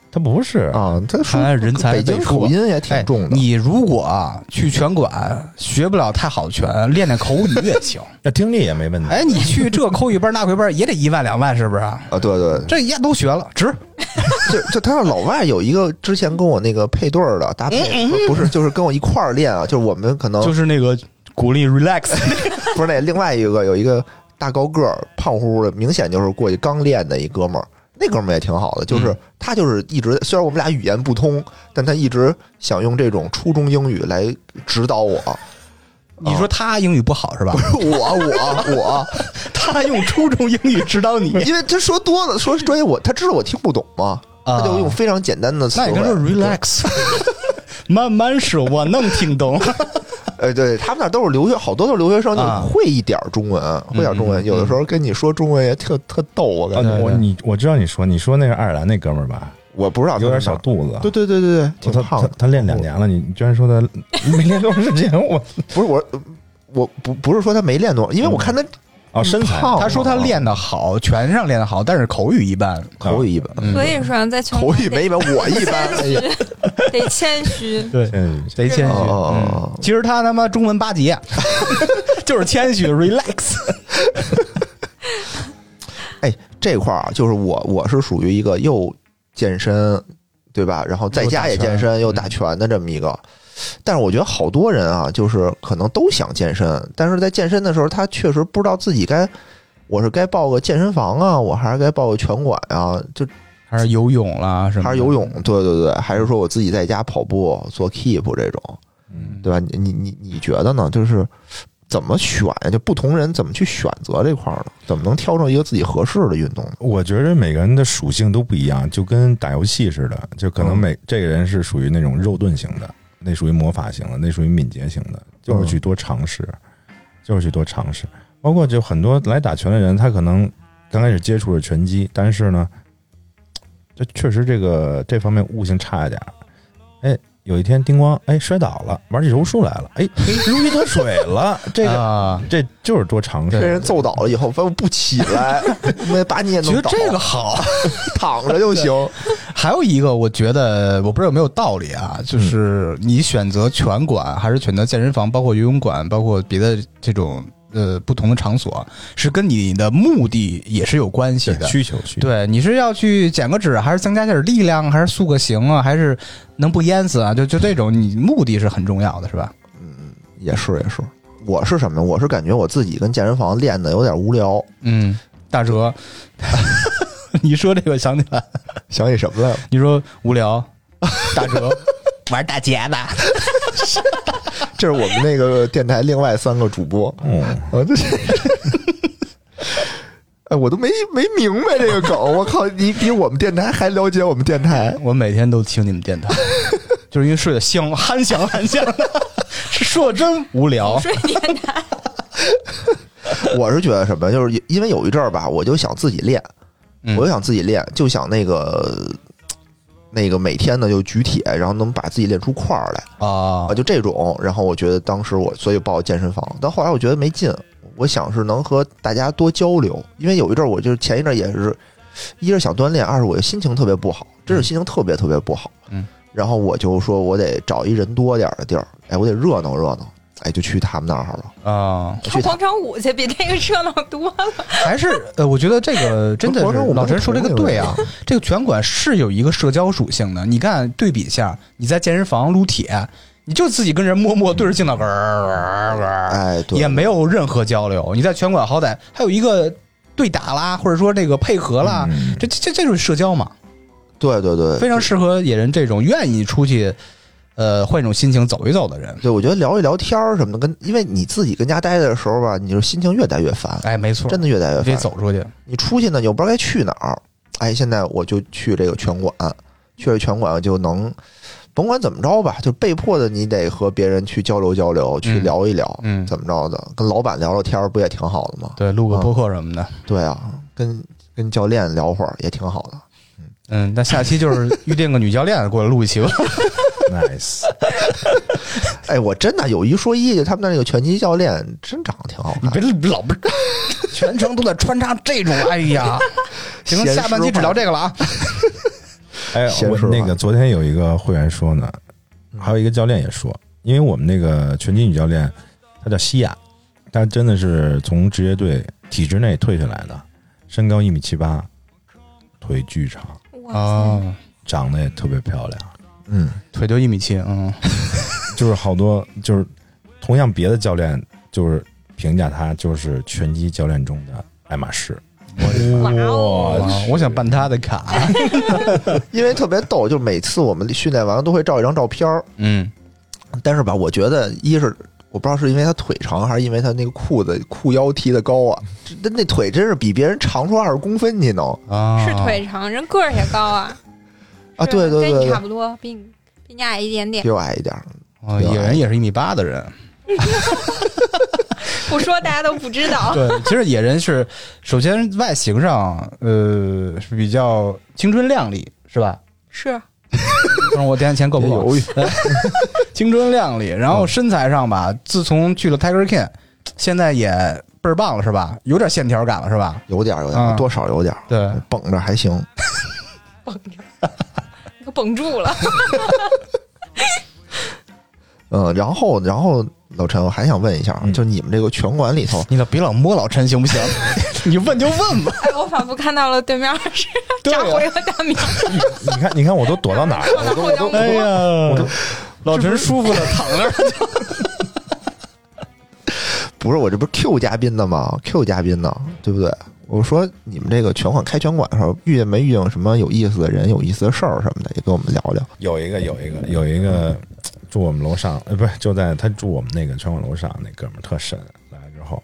S4: 他不是，
S1: 啊，他说
S2: 看来人才
S1: 北京
S2: 辈出啊
S1: 口音也挺重
S2: 哎
S1: 的。
S2: 你如果啊去拳馆学不了太好的拳，练练口语也 行。
S4: 那听力也没问题。
S2: 哎，你去这口语班那口语班也得一万两万，是不是？
S1: 啊，对对，
S2: 这丫都学了，值。
S1: 就就他老外有一个之前跟我那个配对儿的搭配，
S2: 嗯
S1: 不是就是跟我一块儿练啊，就是我们可能
S2: 是那个鼓励 relax，
S1: 不是那另外一个有一个大高个儿胖乎乎的，明显就是过去刚练的一哥们儿。那哥们儿也挺好的，就是
S2: 嗯
S1: 他就是一直虽然我们俩语言 不通，但他一直想用这种初中英语来指导我。
S2: 你说他英语不好是吧？
S1: 我我我，
S2: 他用初中英语指导你
S1: 因为他说多了，说专业我他知道我听不懂嘛，
S2: 啊
S1: 他就用非常简单的词
S2: 那
S1: 汇
S2: 你。跟他说 relax，慢慢说，我能听懂。
S1: 呃，对他们那儿都是留学，好多都是留学生，就
S2: 啊嗯
S1: 会一点儿中文，会点儿中文，有的时候跟你说中文也特特逗，我感觉
S4: 啊，我
S2: 对
S4: 你我知道你说你说那是爱尔兰那哥们儿吧，
S1: 我不知道他
S4: 有点
S1: 们那
S4: 小
S1: 儿。
S4: 肚子，
S1: 啊对对对
S2: 哦
S1: 对对，
S4: 我
S1: 挺
S4: 他
S1: 胖
S4: 他
S1: 的。
S4: 他练两年了，你你居然说他 没练多长时间？我
S1: 不是我，我不不是说他没练多，因为我看他
S4: 哦，身材
S1: 胖
S2: 他说他练的好，拳上练的好，但是口语一般。。
S1: 口语一般，
S3: 所以说在全
S1: 口
S3: 国
S1: 语没一般，我一般。 哎呀，
S3: 得谦虚
S2: 对，
S4: 嗯，
S2: 贼谦虚。
S1: 哦哦哦
S2: 嗯其实他他妈中文八级，啊 就是谦虚，relax。
S1: 哎，这块儿啊，就是我我是属于一个又健身，对吧？然后在家也健身又
S2: 又
S1: 打
S2: 打
S1: 拳的这么一个。但是我觉得好多人啊，就是可能都想健身，但是在健身的时候，他确实不知道自己该，我是该报个健身房啊，我还是该报个拳馆啊，就
S2: 还是游泳啦，什么？
S1: 还是游泳，对对对，还是说我自己在家跑步做 keep 这种，
S4: 嗯
S1: 对吧？你你你你觉得呢？就是怎么选呀？就不同人怎么去选择这块儿呢？怎么能挑中一个自己合适的运动呢？
S4: 我觉得每个人的属性都不一样，就跟打游戏似的，就可能每、这个人是属于那种肉盾型的，那属于魔法型的，那属于敏捷型的，就是去多尝试，就是去多尝试。包括就很多来打拳的人，他可能刚开始接触了拳击，但是呢，这确实这个这方面悟性差一点儿。哎，有一天叮咣，哎摔倒了，玩起柔术来了，哎，哎容易得水了，这个、
S2: 啊。
S4: 这就是多尝
S1: 被
S4: 试。
S1: 人揍倒了以后，发现不起 来，没把你也
S2: 觉
S1: 弄
S2: 得
S1: 倒，
S2: 这个好，
S1: 躺着就行。
S2: 还有一个，我觉得我不知道有没有道理啊，就是你选择拳馆还是选择健身房，包括游泳馆，包括别的这种呃不同的场所，是跟你的目的也是有关系
S4: 对
S2: 的。
S4: 需求需求，
S2: 对，你是要去减个脂，还是增加点力量，还是塑个形啊，还是能不淹死啊？就就这种，你目的是很重要的，是吧？
S1: 也是也是，我是什么呢？我是感觉我自己跟健身房练的有点无聊，
S2: 嗯，大哲， 你说这个想起来，
S1: 想起什么来了？
S2: 你说无聊，大哲玩大劫吧，
S1: 这是我们那个电台另外三个主播，
S4: 嗯。
S1: 啊，这是。哎，我都没没明白这个梗，我靠！你比我们电台还了解我们电台，
S2: 我每天都听你们电台，就是因为睡得香，酣香酣 香的，是说真无聊
S3: 我。说你看他
S1: 我是觉得什么，就是因为有一阵儿吧，我就想自己练，
S2: 嗯
S1: 我就想自己练，就想那个那个每天呢就举铁，然后能把自己练出块儿来
S2: 啊
S1: 啊，就这种。然后我觉得当时我所以报健身房，但后来我觉得没劲，我想是能和大家多交流，因为有一阵儿我就是前一阵儿也是，一是想锻炼，二是我心情特别不好，真是心情特别特别不好。
S2: 嗯，
S1: 然后我就说我得找一人多点儿的地儿，哎，我得热闹热闹，哎，就去他们那儿了。
S2: 啊！
S1: 我
S3: 跳
S1: 去他
S3: 广场舞去，比这个热闹多了。
S2: 还是呃，我觉得这个真的
S1: 我
S2: 是
S1: 说我们
S2: 老陈说这个对 啊，这个拳馆是有一个社交属性的。你看对比一下，你在健身房撸铁，你就自己跟人默默对着镜头，呃呃呃
S1: 哎，对，
S2: 也没有任何交流。你在拳馆好歹还有一个对打啦，或者说这个配合啦，
S4: 嗯
S2: 这这这这就是社交嘛，
S1: 对对对，
S2: 非常适合野人这种愿意出去，呃，换一种心情走一走的人。
S1: 对，我觉得聊一聊天儿什么的，跟因为你自己跟家待着的时候吧，你就心情越待越烦，
S2: 哎，没错，
S1: 真的越待越
S2: 你得
S1: 烦。
S2: 走出去。
S1: 你出去呢，又不知道该去哪儿。哎，现在我就去这个拳馆，去了拳馆就能，甭管怎么着吧，就被迫的你得和别人去交流交流，去
S2: 嗯
S1: 聊一聊，
S2: 嗯
S1: 怎么着的，跟老板聊聊天儿不也挺好的吗？
S2: 对，录个播客什么的。
S1: 对啊，跟跟教练聊会儿也挺好的。
S2: 嗯，那下期就是预定个女教练过来录一期吧。
S4: nice，
S1: 哎，我真的有一说一，就他们那儿那个拳击教练真长得挺好
S2: 你
S1: 看，
S2: 别老不， 全程都在穿插这种，哎 呀，行，
S1: 闲
S2: 下半期
S1: 时
S2: 只
S1: 话
S2: 聊这个了啊。
S4: 哎
S1: 先，
S4: 我
S1: 说吧
S4: 那个昨天有一个会员说呢，还有一个教练也说，因为我们那个拳击女教练，她叫西亚，她真的是从职业队体制内退下来的，身高一米七八，腿巨长，
S3: 哇塞，
S2: 啊，
S4: 长得也特别漂亮，
S1: 嗯，
S2: 腿就一米七，嗯，
S4: 就是好多就是同样别的教练就是评价她就是拳击教练中的爱马仕，
S3: 哇哦
S2: 哇，我想办他的卡，
S1: 因为特别逗，就每次我们训练完了都会照一张照片儿。
S2: 嗯
S1: 但是吧，我觉得一是我不知道是因为他腿长还是因为他那个裤子裤腰提的高啊，
S2: 嗯
S1: 那那腿真是比别人长出二十公分去能
S2: 啊，
S3: 是腿长，人个儿也高啊。
S1: 啊！
S3: 是
S1: 对对
S3: 跟
S1: 对
S3: 你差
S1: 对，
S3: 不多，比你比你矮一点点
S1: 比。我矮一点儿，
S2: 啊，野人也是一米八的人。
S3: 不说大家都不知道。
S2: 对，其实野人是首先外形上，呃，是比较青春靓丽，是吧？
S3: 是
S2: 但是我点钱够不
S1: 别
S2: 够？
S1: 犹豫。
S2: 青春靓丽，然后身材上吧，自从去了 Tiger King，现在也倍儿棒了，是吧？有点线条感了，是吧？
S1: 有点儿有点儿，
S2: 啊
S1: 多少有点儿，
S2: 对，
S1: 绷着还行。
S3: 绷着，你可绷住了。
S1: 嗯，然后然后老陈，我还想问一下，啊
S4: 嗯
S1: 就你们这个拳馆里头，
S2: 你老别老摸老陈行不行？ 你问就问吧，
S3: 哎，我仿佛看到了对面是
S2: 对
S3: 张
S2: 呀、
S3: 辉和大明，
S4: 你看，你看，我都躲到哪儿了？
S3: 我都我都
S2: 哎 呀，老
S1: 这
S2: 陈
S1: 不是
S2: 舒服的躺那儿，
S1: 不是我这不是 Q 嘉宾的吗？Q 嘉宾呢，对不对？我说你们这个拳馆开拳馆的时候，遇见没遇见什么有意思的人、有意思的事儿什么的，也跟我们聊聊。
S4: 有一个，有一个，有一个住我们楼上，呃，不是，就在他住我们那个拳馆楼上，那哥们儿特神。来之后，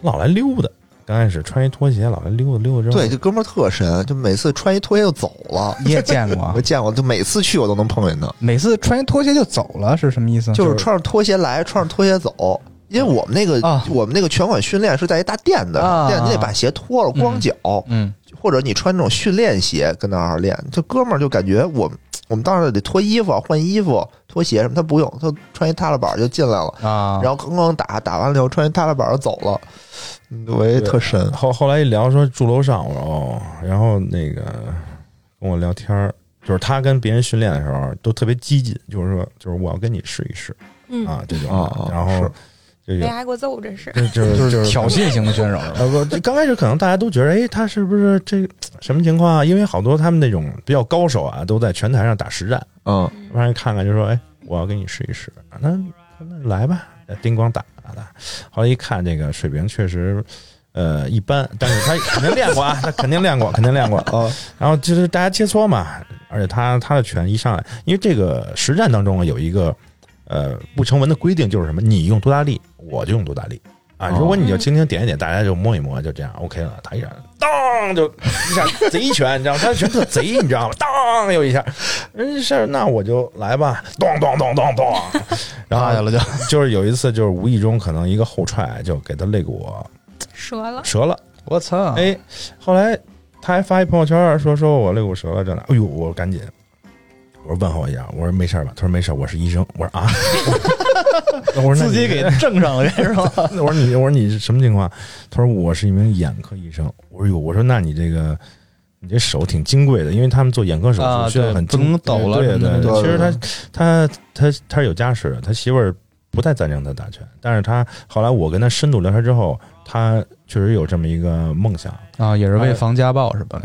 S4: 老来溜达，刚开始穿一拖鞋，老来溜达溜达之后，
S1: 对，这哥们儿特神，就每次穿一拖鞋就走了。
S2: 你也见过啊
S1: 我？见过，就每次去我都能碰见他，
S2: 每次穿一拖鞋就走了啊是什么意思？
S1: 就是穿着拖鞋来，穿着拖鞋走。因为我们那个、
S2: 啊
S1: 我们那个拳馆训练是在一大垫子上，
S2: 啊
S1: 垫子你得把鞋脱了，光脚。
S2: 嗯，
S1: 或者你穿那种训练鞋跟那儿练，这哥们儿就感觉我们我们当时得脱衣服、换衣服、脱鞋什么，他不用，他穿一踏拉板就进来了，
S2: 啊，
S1: 然后刚刚打打完了以后穿一踏拉板就走了，嗯我也特神。
S4: 后后来一聊说住楼上，我说哦，然后那个跟我聊天儿，就是他跟别人训练的时候都特别激进，就是说就是我要跟你试一试
S3: 嗯，
S4: 啊这种
S1: 啊啊
S4: 的，然后
S1: 是
S4: 就
S3: 没
S4: 有
S3: 挨过揍，真是。
S4: 就就是
S2: 就
S4: 就是是
S2: 挑衅型的选手是吧
S4: 呃不，就刚开始可能大家都觉得，哎，他是不是这什么情况啊？因为好多他们那种比较高手啊，都在拳台上打实战，
S1: 嗯，
S4: 让人看看就说，哎，我要跟你试一试，那那来吧，叮咣打打打。后来一看这个水平确实，呃，一般，但是他肯定练过啊，他肯定练过，肯定练过。
S1: 哦，
S4: 然后就是大家切磋嘛，而且他他的拳一上来，因为这个实战当中啊有一个呃不成文的规定，就是什么，你用多大力，我就用多大力啊。
S1: 哦
S4: 如果你就轻轻点一点，大家就摸一摸，就这样 OK 了。他一下当就一下贼拳，你知道吗？他的拳特贼，你知道吗？当又一下，人家是那我就来吧，咚咚咚咚咚，然
S2: 趴下
S4: 后
S2: 了就
S4: 就是有一次就是无意中可能一个后踹就给他肋骨
S3: 折了，
S4: 折了。
S2: 我操！
S4: 哎，后来他还发一朋友圈说说我肋骨折了，这那，哎呦，我赶紧，我说问候一下，我说没事儿吧？他说没事儿，我是医生。我说啊，我说 那
S2: 自己
S4: 你
S2: 给正上了，是吧？
S4: 我说你我说你是什么情况？他说我是一名眼科医生。我说哟，我说那你这个。你这手挺金贵的，因为他们做眼科手
S2: 啊
S4: 术需要
S2: 对
S4: 很
S2: 不
S4: 精
S2: 能抖了
S4: 对
S2: 什么的
S4: 对
S1: 对
S4: 其
S1: 对
S4: 实他他他他是有家室的，他媳妇儿不太赞成他打拳，但是他后来我跟他深度聊天之后，他确实有这么一个梦想，
S2: 啊，也是为防家暴是吧？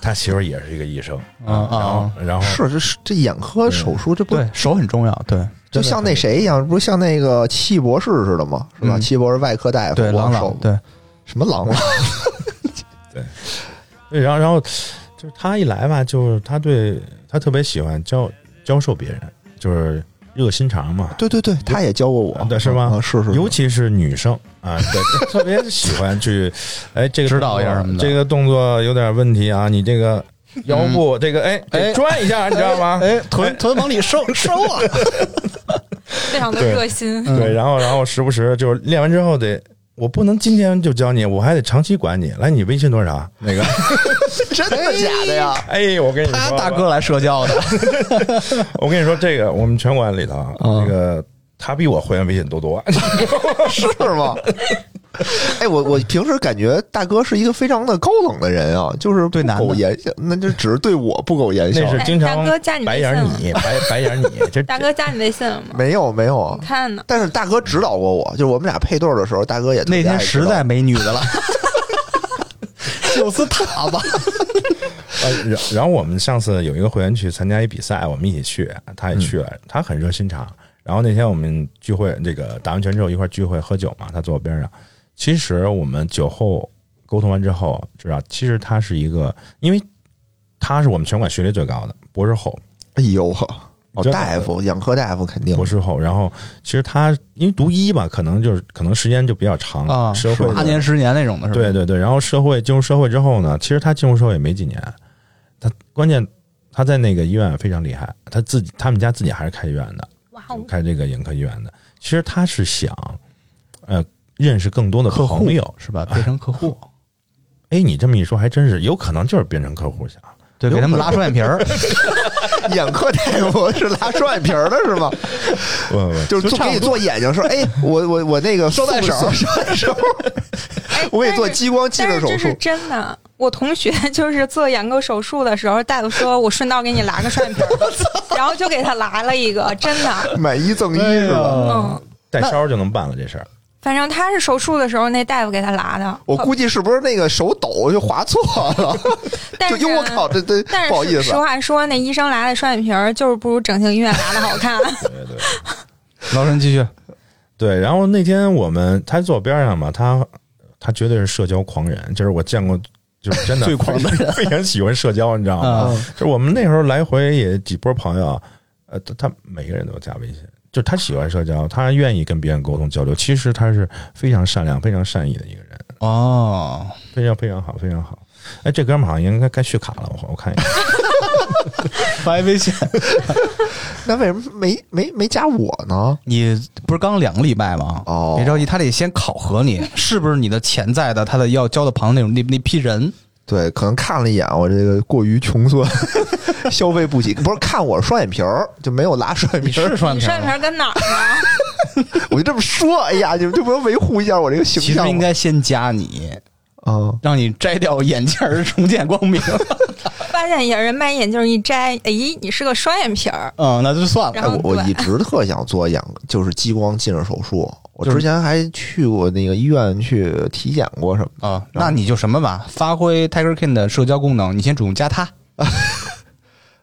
S4: 他媳妇儿也是一个医生
S2: 啊啊
S4: 然后然后
S1: 是这是这眼科手术，这不
S2: 对手很重要，对
S1: 就像那谁一样，不是像那个戚博士似的吗？是吧？
S2: 嗯
S1: 戚博士外科大夫，
S2: 对，朗
S1: 手
S2: 朗对
S1: 什么郎朗？
S4: 对，然后然后就是他一来吧，就是他对他特别喜欢教教授别人，就是热心肠嘛，
S1: 对对对，他也教过我，
S4: 对是吗
S1: 啊是是，
S4: 尤其是女生啊，对，特别喜欢去，哎，这个
S2: 指导一下什么的
S4: 这个动作有点问题啊，你这个腰部这个哎
S2: 哎
S4: 得转一下，你知道吗？
S2: 哎，臀臀往里 收收啊！
S3: 非常的
S4: 对
S3: 热心。
S2: 嗯
S4: 对，然后然后时不时就是练完之后得。我不能今天就教你，我还得长期管你。来，你微信多少？那个，
S1: 真的假的呀？
S4: 哎，我跟你说吧，
S2: 他大哥来社交 的，
S4: 我跟你说，这个我们拳馆里头啊，
S2: 嗯
S4: 这个他比我会员微信都多。
S1: 是 吗？哎，我我平时感觉大哥是一个非常的高冷的人啊，就是不
S2: 对男的
S1: 苟言笑，那就只是对我不苟言笑
S4: 那。是经常
S3: 大哥加你
S4: 白
S3: 微信
S4: 眼
S3: 了
S4: 你，白白眼你， 这
S3: 大哥加你微信了吗？
S1: 没有没有啊
S3: 你，看呢？
S1: 但是大哥指导过我，就是我们俩配对的时候，大哥也特别
S2: 那天
S1: 爱指导
S2: 实在没女的了， 就是他吧？
S4: 呃然然后我们上次有一个会员去参加一比赛，我们一起去，他也去了，他很热心肠。然后那天我们聚会，这个打完拳之后一块儿聚会喝酒嘛，他坐我边上。其实我们酒后沟通完之后，知道其实他是一个，因为他是我们拳馆学历最高的博士后，
S1: 哎呦呵，哦，
S4: 真的
S1: 大夫，眼科大夫肯定
S4: 博士后，然后其实他因为读医吧，可能就是可能时间就比较 长，
S2: 啊，
S4: 社会的
S2: 八年十年那种的是吧？
S4: 对对对，然后社会进入社会之后呢，其实他进入社会也没几年，他关键他在那个医院非常厉害，他自己他们家自己还是开医院的，
S3: 哇
S4: 有
S1: 嗯
S3: 哦，
S4: 开这个眼科医院的。其实他是想，呃，认识更多的
S2: 客户
S4: 朋友。
S2: 是吧？变成客户，
S4: 哎，你这么一说，还真是有可能就是变成客户想。
S2: 对，给他们拉双眼皮儿，
S1: 眼科大夫是拉双眼皮儿的是吗？
S4: 不
S2: 嗯
S4: 不不，
S1: 就是做给你做眼睛，说哎，我我我那个
S2: 捎带手
S1: 手带 手，
S3: 哎
S1: 我给你
S3: 但
S1: 做
S3: 是
S1: 激光近视
S3: 但是
S1: 手
S3: 这是
S1: 术。
S3: 真的，我同学 就是做眼科手术的时候，大夫说我顺道给你拉个双眼皮儿，然后就给他拉了一个，真的。
S1: 买一赠一
S2: 哎
S1: 是吧？
S2: 呀
S3: 嗯，
S4: 带梢就能办了这事儿。
S3: 反正他是手术的时候，那大夫给他拉的。
S1: 我估计是不是那个手抖就划错了？
S3: 但，
S1: 就是哟，我靠，这这
S3: 但
S1: 不好意
S3: 是
S1: 思啊
S3: 实，话说，那医生拉的双眼皮儿就是不如整形医院拉的好 看。
S4: 对对对。
S2: 劳神继续，
S4: 对，然后那天我们他坐边上嘛，他他绝对是社交狂人，就是我见过，就是真 的
S2: 最狂的
S4: 人， 非常喜欢社交，你知道吗？
S2: 嗯
S4: 就是我们那时候来回也几波朋友，呃，他他每个人都加微信，就他喜欢社交，他愿意跟别人沟通交流，其实他是非常善良、非常善意的一个人，
S2: 哦，
S4: 非常非常好，非常好。哎，这哥们儿好像应该该续卡了，我我看一眼，
S2: 发一微信，
S1: 那为什么没没没加我呢？
S2: 你不是刚两个礼拜吗？
S1: 哦
S2: 别着急，他得先考核你是不是你的潜在的他的要交的朋友那种那那批人。
S1: 对，可能看了一眼我这个过于穷酸， 消费不起。不是看我双眼皮儿，就没有拉双眼皮儿。
S2: 双
S3: 你双眼皮儿跟哪儿呢？
S1: 我就这么说，哎呀，你们就不能维护一下我这个形
S2: 其
S1: 象
S2: 实
S1: 吗？
S2: 应该先加你，
S3: 嗯
S1: 啊，
S2: 让你摘掉眼镜儿，重见光明。
S3: 发现有人卖眼镜一摘，哎，你是个双眼皮儿。
S2: 嗯，那就算了。
S1: 哎，
S3: 然后
S1: 我我
S3: 对
S1: 一直特想做眼，就是激光近视手术。我
S2: 就是
S1: 之前还去过那个医院去体检过什么
S2: 啊、那你就什么吧，发挥 Tiger King 的社交功能，你先主动加他。
S1: 的。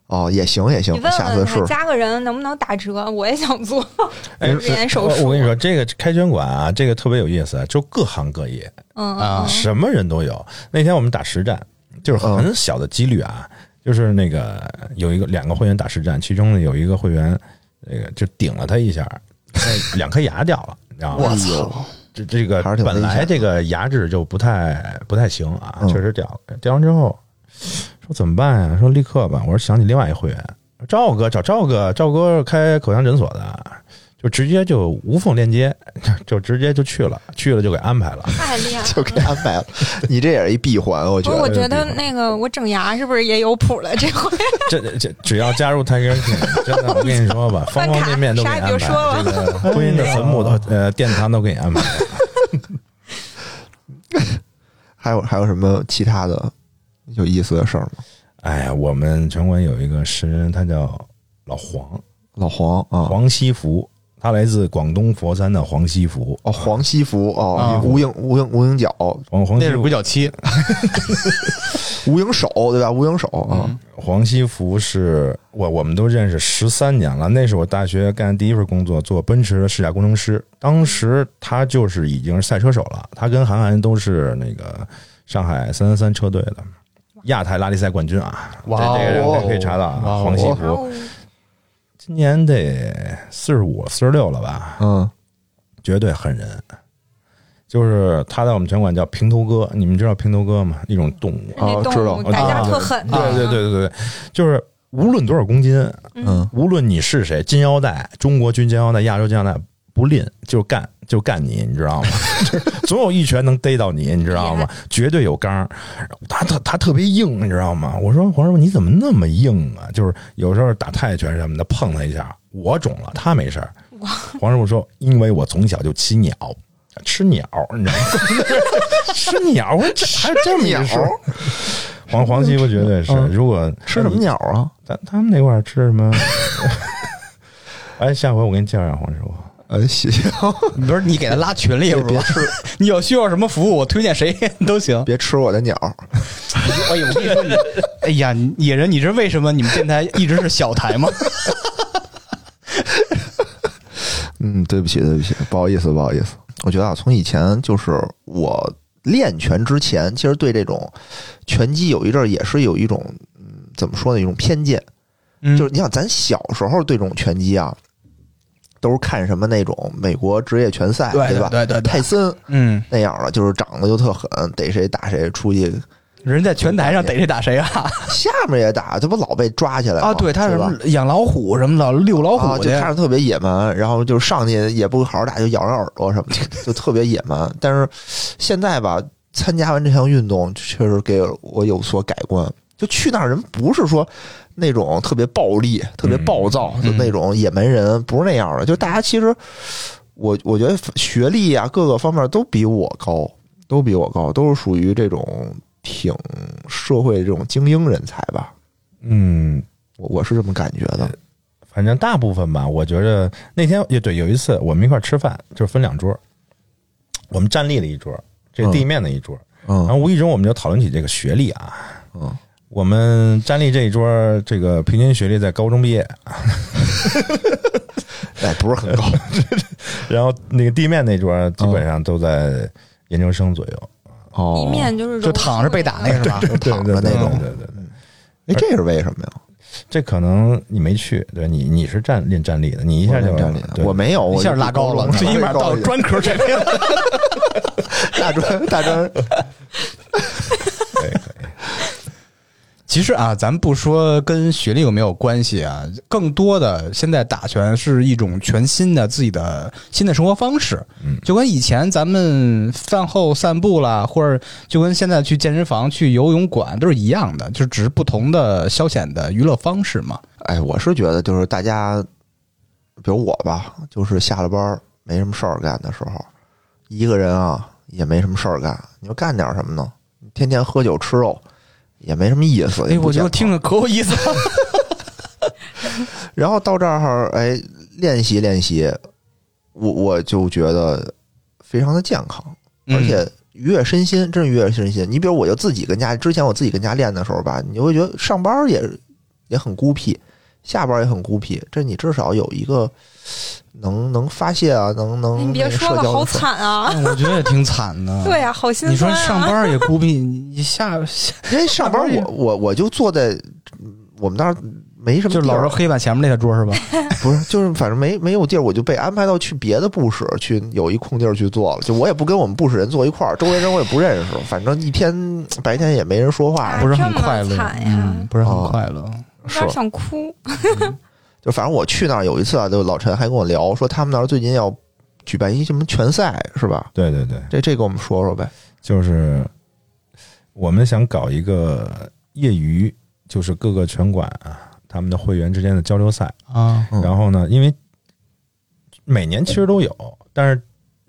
S1: 哦，也行也行
S3: 你，问
S1: 下
S3: 问
S1: 次
S3: 他
S1: 试试。
S3: 加个人能不能打折？我也想做
S4: 哎
S3: 眼睛手术。啊
S4: 我我跟你说，这个开拳馆啊，这个特别有意思啊，就各行各业，
S3: 嗯，
S2: 啊
S3: 嗯
S4: 什么人都有。那天我们打实战，就是
S1: 嗯
S4: 很小的几率啊，就是那个有一个两个会员打实战，其中呢有一个会员那个就顶了他一下， 那两颗牙掉了，你
S1: 哎
S4: 知道吗？
S1: 操！
S4: 这这个
S1: 还是挺危
S4: 本
S1: 险的
S4: 来这个牙质就不太不太行啊，
S1: 嗯
S4: 确实掉了。掉完之后说怎么办呀？说立刻吧。我说想起另外一会员赵哥，找赵哥，赵哥是开口腔诊所的。就直接就无缝链接， 就直接就去了，去了就给安排了。
S3: 嗯太厉害了。
S1: 就给安排了，你这也是一闭环，我觉
S3: 不是，我
S1: 得。
S3: 觉得那个我整牙是不是也有谱了？这回
S4: 这这只要加入 Tiger King，真的，我跟你 说吧，方方面面都给你安排，
S3: 啥也别说了
S4: 这个婚姻的坟墓都呃殿堂都给你安排。
S1: 还有还有什么其他的有意思的事儿吗？
S4: 哎呀，我们拳馆有一个诗人，他叫老黄，
S1: 老黄啊，
S4: 黄西福，他来自广东佛山的黄西福。
S1: 哦，黄西服哦
S2: 啊，
S1: 无影无影无影脚，
S4: 黄黄
S2: 那
S4: 西
S2: 是
S4: 福
S2: 鬼，脚七，
S1: 无影手对吧？无影手啊，
S4: 黄西福是我我们都认识十三年了，那是我大学干的第一份工作，做奔驰的试驾工程师。当时他就是已经是赛车手了，他跟韩寒都是那个上海三三三车队的亚太拉力赛冠军啊。
S1: 嗯
S2: 哇
S4: 这这个
S2: 哦
S4: 人可以查到啊，
S2: 哇哦
S4: 黄西
S3: 然
S4: 福
S3: 后
S4: 今年得四十五、四十六了吧？
S1: 嗯，
S4: 绝对狠人。就是他在我们拳馆叫平头哥，你们知道平头哥吗？一种动物。
S2: 啊
S3: 那
S1: 哦知道
S3: 动物打架特狠啊的，
S4: 对对对对对，就是无论多少公斤，
S1: 嗯，
S4: 无论你是谁，金腰带，中国军金腰带，亚洲金腰带，不吝就干就干你，你知道吗？ 就是总有一拳能逮到你，你 知道吗？绝对有刚儿。他他他特别硬，你知道吗？我说黄师傅你怎么那么硬啊？就是有时候打泰拳什么的碰他一下，我肿了，他没事儿。黄师傅说，因为我从小就吃鸟。吃鸟，你知道 吗？吃鸟，我说这还有这么一说。黄黄西傅绝对是，
S1: 嗯
S4: 如果
S1: 吃什么鸟啊？
S4: 咱他们那块儿吃什么？哎，下回我给你介绍黄师傅。
S1: 呃，行，
S2: 不是你给他拉群里是
S1: 别
S2: 吧？你有需要什么服务，我推荐谁都行。
S1: 别吃我的鸟，
S2: 哎呦，我跟你说，你，哎呀，你野人，你知道为什么你们电台一直是小台吗？
S1: 嗯，对不起，对不起，不好意思，不好意思。我觉得啊，从以前就是我练拳之前，其实对这种拳击有一阵儿也是有一种，嗯，怎么说呢，一种偏见，
S2: 嗯
S1: 就是你想，咱小时候对这种拳击啊，都是看什么那种美国职业拳赛，
S2: 对
S1: 吧？
S2: 对对对对
S1: 泰森
S2: 嗯，
S1: 那样的，就是长得就特狠，逮谁打谁，出去
S2: 人在拳台上逮谁打谁啊？
S1: 下面也打，这不老被抓起来吗
S2: 啊，对他
S1: 是
S2: 什
S1: 吧
S2: 么？养老虎什么的，遛老
S1: 啊，
S2: 虎
S1: 就
S2: 去，
S1: 看着特别野蛮，然后就上去也不好好打，就咬人耳朵什么 的，就特别野蛮。但是现在吧，参加完这项运动，确实给我有所改观。就去那儿人不是说那种特别暴力、特别暴躁
S2: 嗯
S1: 的那种野蛮人，不是那样的。就大家其实，我我觉得学历啊各个方面都比我高，都比我高，都是属于这种挺社会这种精英人才吧。
S4: 嗯，
S1: 我我是这么感觉的。
S4: 反正大部分吧，我觉着那天也对，有一次我们一块儿吃饭，就是分两桌，我们站立了一桌，这是地面的一桌，然
S1: 嗯
S4: 后无意中我们就讨论起这个学历啊。
S1: 嗯，
S4: 我们站立这一桌，这个平均学历在高中毕业，
S1: 哎，不是很高。
S4: 然后那个地面那桌基本上都在研究生左右，
S1: 哦
S3: 一面就是
S2: 就躺着被打那个是吧？
S1: 对躺着
S4: 对
S1: 那种
S4: 对对对对，
S1: 哎，这是为什么呀？
S4: 这可能你没去，对你你是站练站立的，你一下就
S1: 站立的，
S4: 对
S1: 我没有，我
S2: 一下拉高了，
S1: 这
S2: 这一码到专科水平。
S1: 大专大专，
S4: 对对
S2: 其实啊，咱不说跟学历有没有关系啊，更多的现在打拳是一种全新的自己的新的生活方式，
S4: 嗯
S2: 就跟以前咱们饭后散步啦，或者就跟现在去健身房、去游泳馆都是一样的，就是只是不同的消遣的娱乐方式嘛。
S1: 哎，我是觉得就是大家，比如我吧，就是下了班儿没什么事儿干的时候，一个人啊也没什么事儿干，你说干点什么呢？你天天喝酒吃肉也没什么意思。
S2: 哎，
S1: 也不
S2: 我觉得
S1: 健
S2: 听
S1: 康，
S2: 着可有意思了。
S1: 然后到这儿哎练习练习，我我就觉得非常的健康。而
S2: 嗯
S1: 且愉悦身心，真是愉悦身心。你比如我就自己跟家，之前我自己跟家练的时候吧，你就会觉得上班也也很孤僻，下班也很孤僻。这你至少有一个能能发泄啊，能能
S3: 哎你别
S1: 那个
S3: 说
S1: 社
S3: 了，
S1: 交
S3: 好
S1: 的时候。
S3: 惨啊！
S2: 嗯，我觉得也挺惨的。
S3: 对呀、好心
S2: 你
S3: 酸
S2: 说上
S3: 啊！
S2: 班也孤 僻，你下下
S1: 因为上班我我我就坐在我们那儿没什么
S2: 就
S1: 地
S2: 老
S1: 儿
S2: 是黑板前面那台桌是吧？
S1: 不是，就是反正没没有地儿，我就被安排到去别的部室去，有一空地儿去坐了。就我也不跟我们部室人坐一块儿，周围人我也不认识，反正一天白天也没人说
S3: 哎
S1: 话，
S2: 不是很快乐
S3: 这么惨，呀
S2: 嗯，不是很
S1: 哦
S2: 快乐。
S3: 有
S1: 是吧
S3: 点想哭。
S1: 就反正我去那儿有一次啊，就老陈还跟我聊说他们那儿最近要举办一什么拳赛是吧？
S4: 对对对，
S1: 这这个我们说说呗。
S4: 就是我们想搞一个业余，就是各个拳馆啊，他们的会员之间的交流赛。
S2: 啊，
S1: 嗯
S4: 然后呢，因为每年其实都有，但是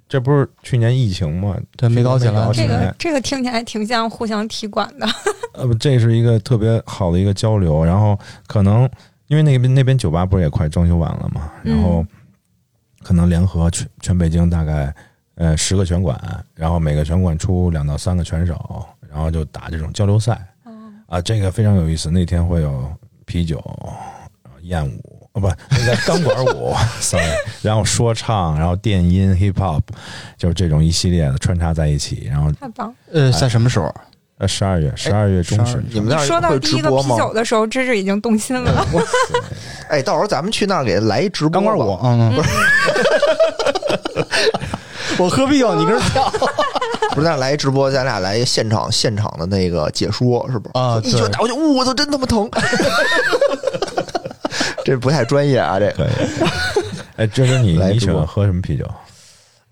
S4: 这不是去年疫情嘛？
S2: 对，没搞起来
S4: 没搞。起
S3: 这
S4: 来
S1: 哎
S3: 个这个听起来挺像互相踢馆的，
S4: 呃，不，这是一个特别好的一个交流。然后可能因为那边那边酒吧不是也快装修完了嘛，
S3: 嗯
S4: 然后可能联合全全北京大概呃十个拳馆，然后每个拳馆出两到三个拳手，然后就打这种交流赛。啊，这个非常有意思。那天会有啤酒、艳舞，哦不，那个钢管舞 ，sorry，然后说唱，然后电音、hip hop，就是这种一系列的穿插在一起。然后
S3: 太棒！
S2: 呃，在什么时候？
S4: 呃，十二月，十二月中旬，
S1: 你们那
S3: 说
S1: 儿
S3: 到
S1: 会
S3: 第
S1: 直
S3: 一个
S1: 播
S3: 啤
S1: 吗？嗯
S3: 酒的时候，芝芝已经动心了。
S1: 哎，到时候咱们去那儿给来一直播
S2: 钢管舞
S1: 吧，，
S2: 嗯，不是。我喝啤酒，你跟人跳
S1: 不是咱俩来一直播，咱俩来一现场现场的那个解说是不是？
S2: 啊
S1: 一拳打过去，呜我操，真他妈疼！ 这不太专业啊，这个
S4: 可以。 哎，这是你
S1: 来
S4: 你
S1: 主
S4: 喜
S1: 播
S4: 欢喝什么啤酒？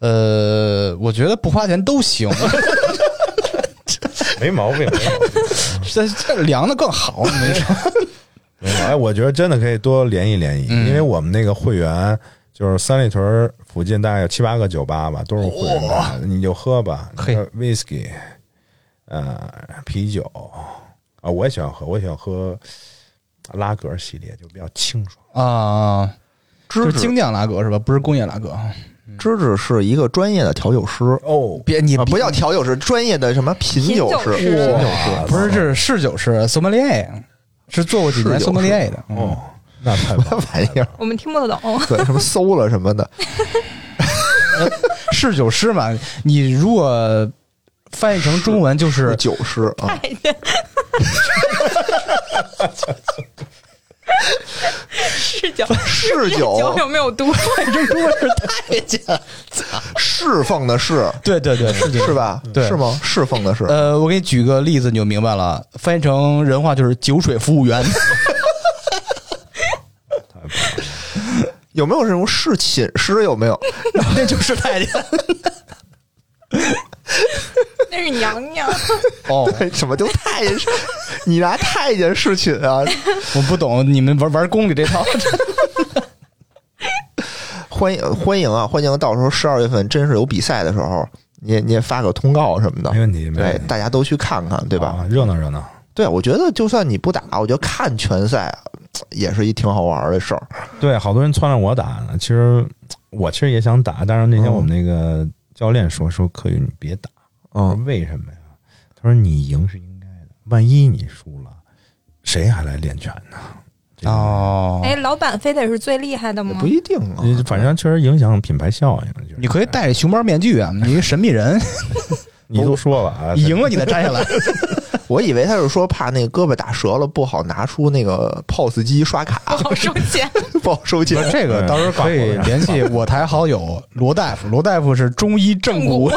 S2: 呃，我觉得不花钱都 行，
S4: 没毛病，没 毛病。
S2: 这这凉的更好，你没说？
S4: 哎，我觉得真的可以多联谊联谊，
S2: 嗯
S4: 因为我们那个会员就是三里屯儿附近大概有七八个酒吧吧，都是会员吧，你就喝吧，
S2: 嘿
S4: 呃，whisky，呃，啤酒啊，我也喜欢喝，我喜欢喝拉格系列，就比较清爽。
S2: 啊，
S1: 芝
S2: 是
S1: 芝
S2: 精酿拉格是吧？不是工业拉格。
S3: 哦
S1: 芝芝是一个专业的调酒师，
S4: 哦，
S2: 别你
S1: 啊，不叫调酒师，专业的什么品酒师，
S3: 品酒师
S1: 品酒师
S2: 不是，这是侍酒师 sommelier，是做过几年
S1: 侍酒师，
S2: sommelier 的。嗯
S4: 哦，那太棒了
S1: 玩意儿，
S3: 我们听不懂，
S1: 对，什么馊了什么的，
S2: 侍酒师嘛，你如果翻译成中 文就是
S1: 酒
S3: 哎
S1: 师啊，
S3: 视角，
S1: 嗜
S3: 酒
S1: 酒
S3: 有没有毒？
S2: 这中国人太假。
S1: 侍奉的侍
S2: 对对对，是这样
S1: 是？吧？
S2: 对
S1: 是吗？侍奉的侍，
S2: 呃，我给你举个例子，你就明白了。翻译成人话就是酒水服务 员。
S1: 有没有这种侍寝师？有没有？
S2: 那就是太监
S3: 那是娘娘，
S2: 哦，
S1: 哎什么叫太监 侍？你拿太监侍寝啊？
S2: 我不懂你们玩玩宫里这套。
S1: 欢迎欢迎啊！欢迎！到时候十二月份真是有比赛的时候，你也你也发个通告什么的
S4: 没，问题，没
S1: 对
S4: 问，题，
S1: 大家都去看看，对吧？
S4: 啊？热闹热闹，
S1: 对，啊我觉得就算你不打，我觉得看拳赛也是一挺好玩的事儿。
S4: 对，好多人撺着我打呢。其实我其实也想打，但是那天
S1: 嗯
S4: 我们那个教练说说柯宇你别打，我
S1: 嗯
S4: 说为什么呀？他说你赢是应该的，万一你输了，谁还来练拳呢？这个，
S2: 哦
S3: 哎，老板非得是最厉害的
S1: 也
S3: 吗
S1: 不？一定啊，
S4: 你反正确实影响品牌效应。就是
S2: 你可以戴着熊猫面具啊，你一神秘人，
S4: 你都说了啊，
S2: 你赢了你再摘 下来。
S1: 我以为他是说怕那胳膊打折了不好拿出那个 POS 机刷
S3: 不
S1: 卡，
S3: 好收 钱，
S1: 不好收钱。
S2: 这个到时候可以联 系嗯我台好友罗大夫，罗大夫是中医正 骨，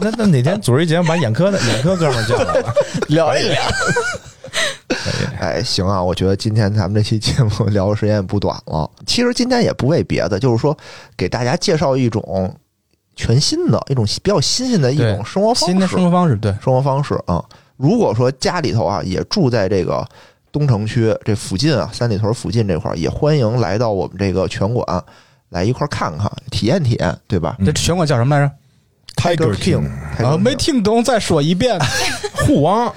S4: 那那哪天组织一节目把眼科的眼科哥们儿叫 来吧。
S2: 聊一聊。
S1: 哎，行啊，我觉得今天咱们这期节目 聊的时间也不短了。其实今天也不为别的，就是说给大家介绍一种全新的一种比较新鲜的一
S2: 对
S1: 种生活方式，
S2: 新的生活方式，对，
S1: 生活方式啊。如果说家里头啊也住在这个东城区这附近啊，三里屯附近这块儿，也欢迎来到我们这个拳馆来一块儿看看，体验体验，对吧
S4: 嗯
S2: 这拳馆叫什么来着？
S1: ？Tiger King，
S2: 啊，没听懂，再说一 遍。
S4: 护王，
S1: 王，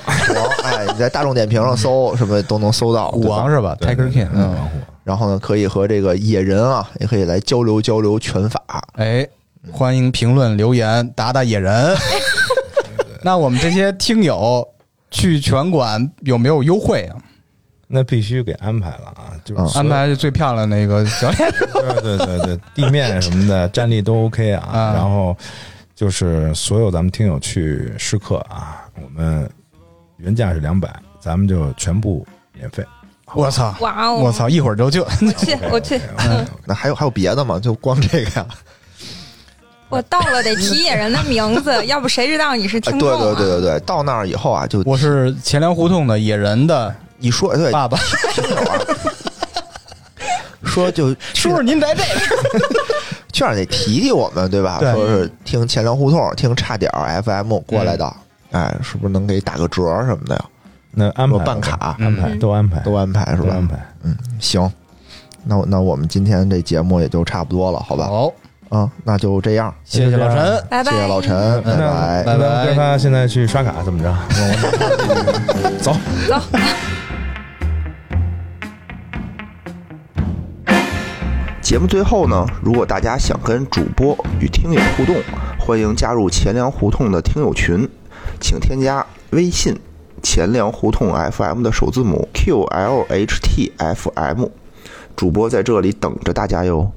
S1: 哎，你在大众点评上搜什么都能搜到，
S2: 虎
S1: 对吧
S2: 王是吧？Tiger King，嗯，
S4: 王护。
S1: 然后呢，可以和这个野人啊，也可以来交流交流拳法。
S2: 哎，欢迎评论留言打打野 人。那我们这些听友去拳馆有没有优惠啊？
S4: 那必须给安排了啊，就是
S1: 嗯
S4: 所
S2: 安
S4: 有
S2: 排最漂亮那个教练。
S4: 对对对对，地面什么的站立都 OK 啊。
S2: 啊
S4: 然后就是所有咱们听友去试课啊，我们原价是两百，咱们就全部免费。
S2: 我操！
S3: 哇哦！
S2: 我，操！一会儿就 就
S3: 我去，我去，嗯，
S1: 那还有还有别的吗？就光这个呀、
S3: 我到了得提野人的名 字，要不谁知道你是
S1: 哎
S3: 听
S1: 对
S3: 众啊？
S1: 对对对对，到那儿以后啊，就
S2: 我是钱粮胡同的野人的
S1: 一说哎对
S2: 爸爸。
S1: 听友啊，说就
S2: 叔叔，您来这个
S1: 券儿得提提我们，对吧？
S2: 对
S1: 说是听钱粮胡同、听差点儿 FM 过来的，哎，是不是能给打个折什么的呀？
S4: 那安排
S1: 说办卡
S4: 安排嗯
S3: 嗯
S4: 都安排
S1: 都安排是
S4: 都安
S1: 吧？
S4: 排。
S1: 行，那我那我们今天这节目也就差不多了，好吧？
S2: 好，
S1: 啊，那就这样，
S2: 谢谢老陈。
S3: 拜
S1: 谢
S3: 拜，
S1: 谢老陈，
S4: 嗯
S1: 拜拜
S4: 那。那那跟他现在去刷卡怎么着？我我走。
S1: 节目最后呢，如果大家想跟主播与听友互动，欢迎加入钱粮胡同的听友群，请添加微信“钱粮胡同 FM” 的首字母 “QLHTFM”，主播在这里等着大家哟。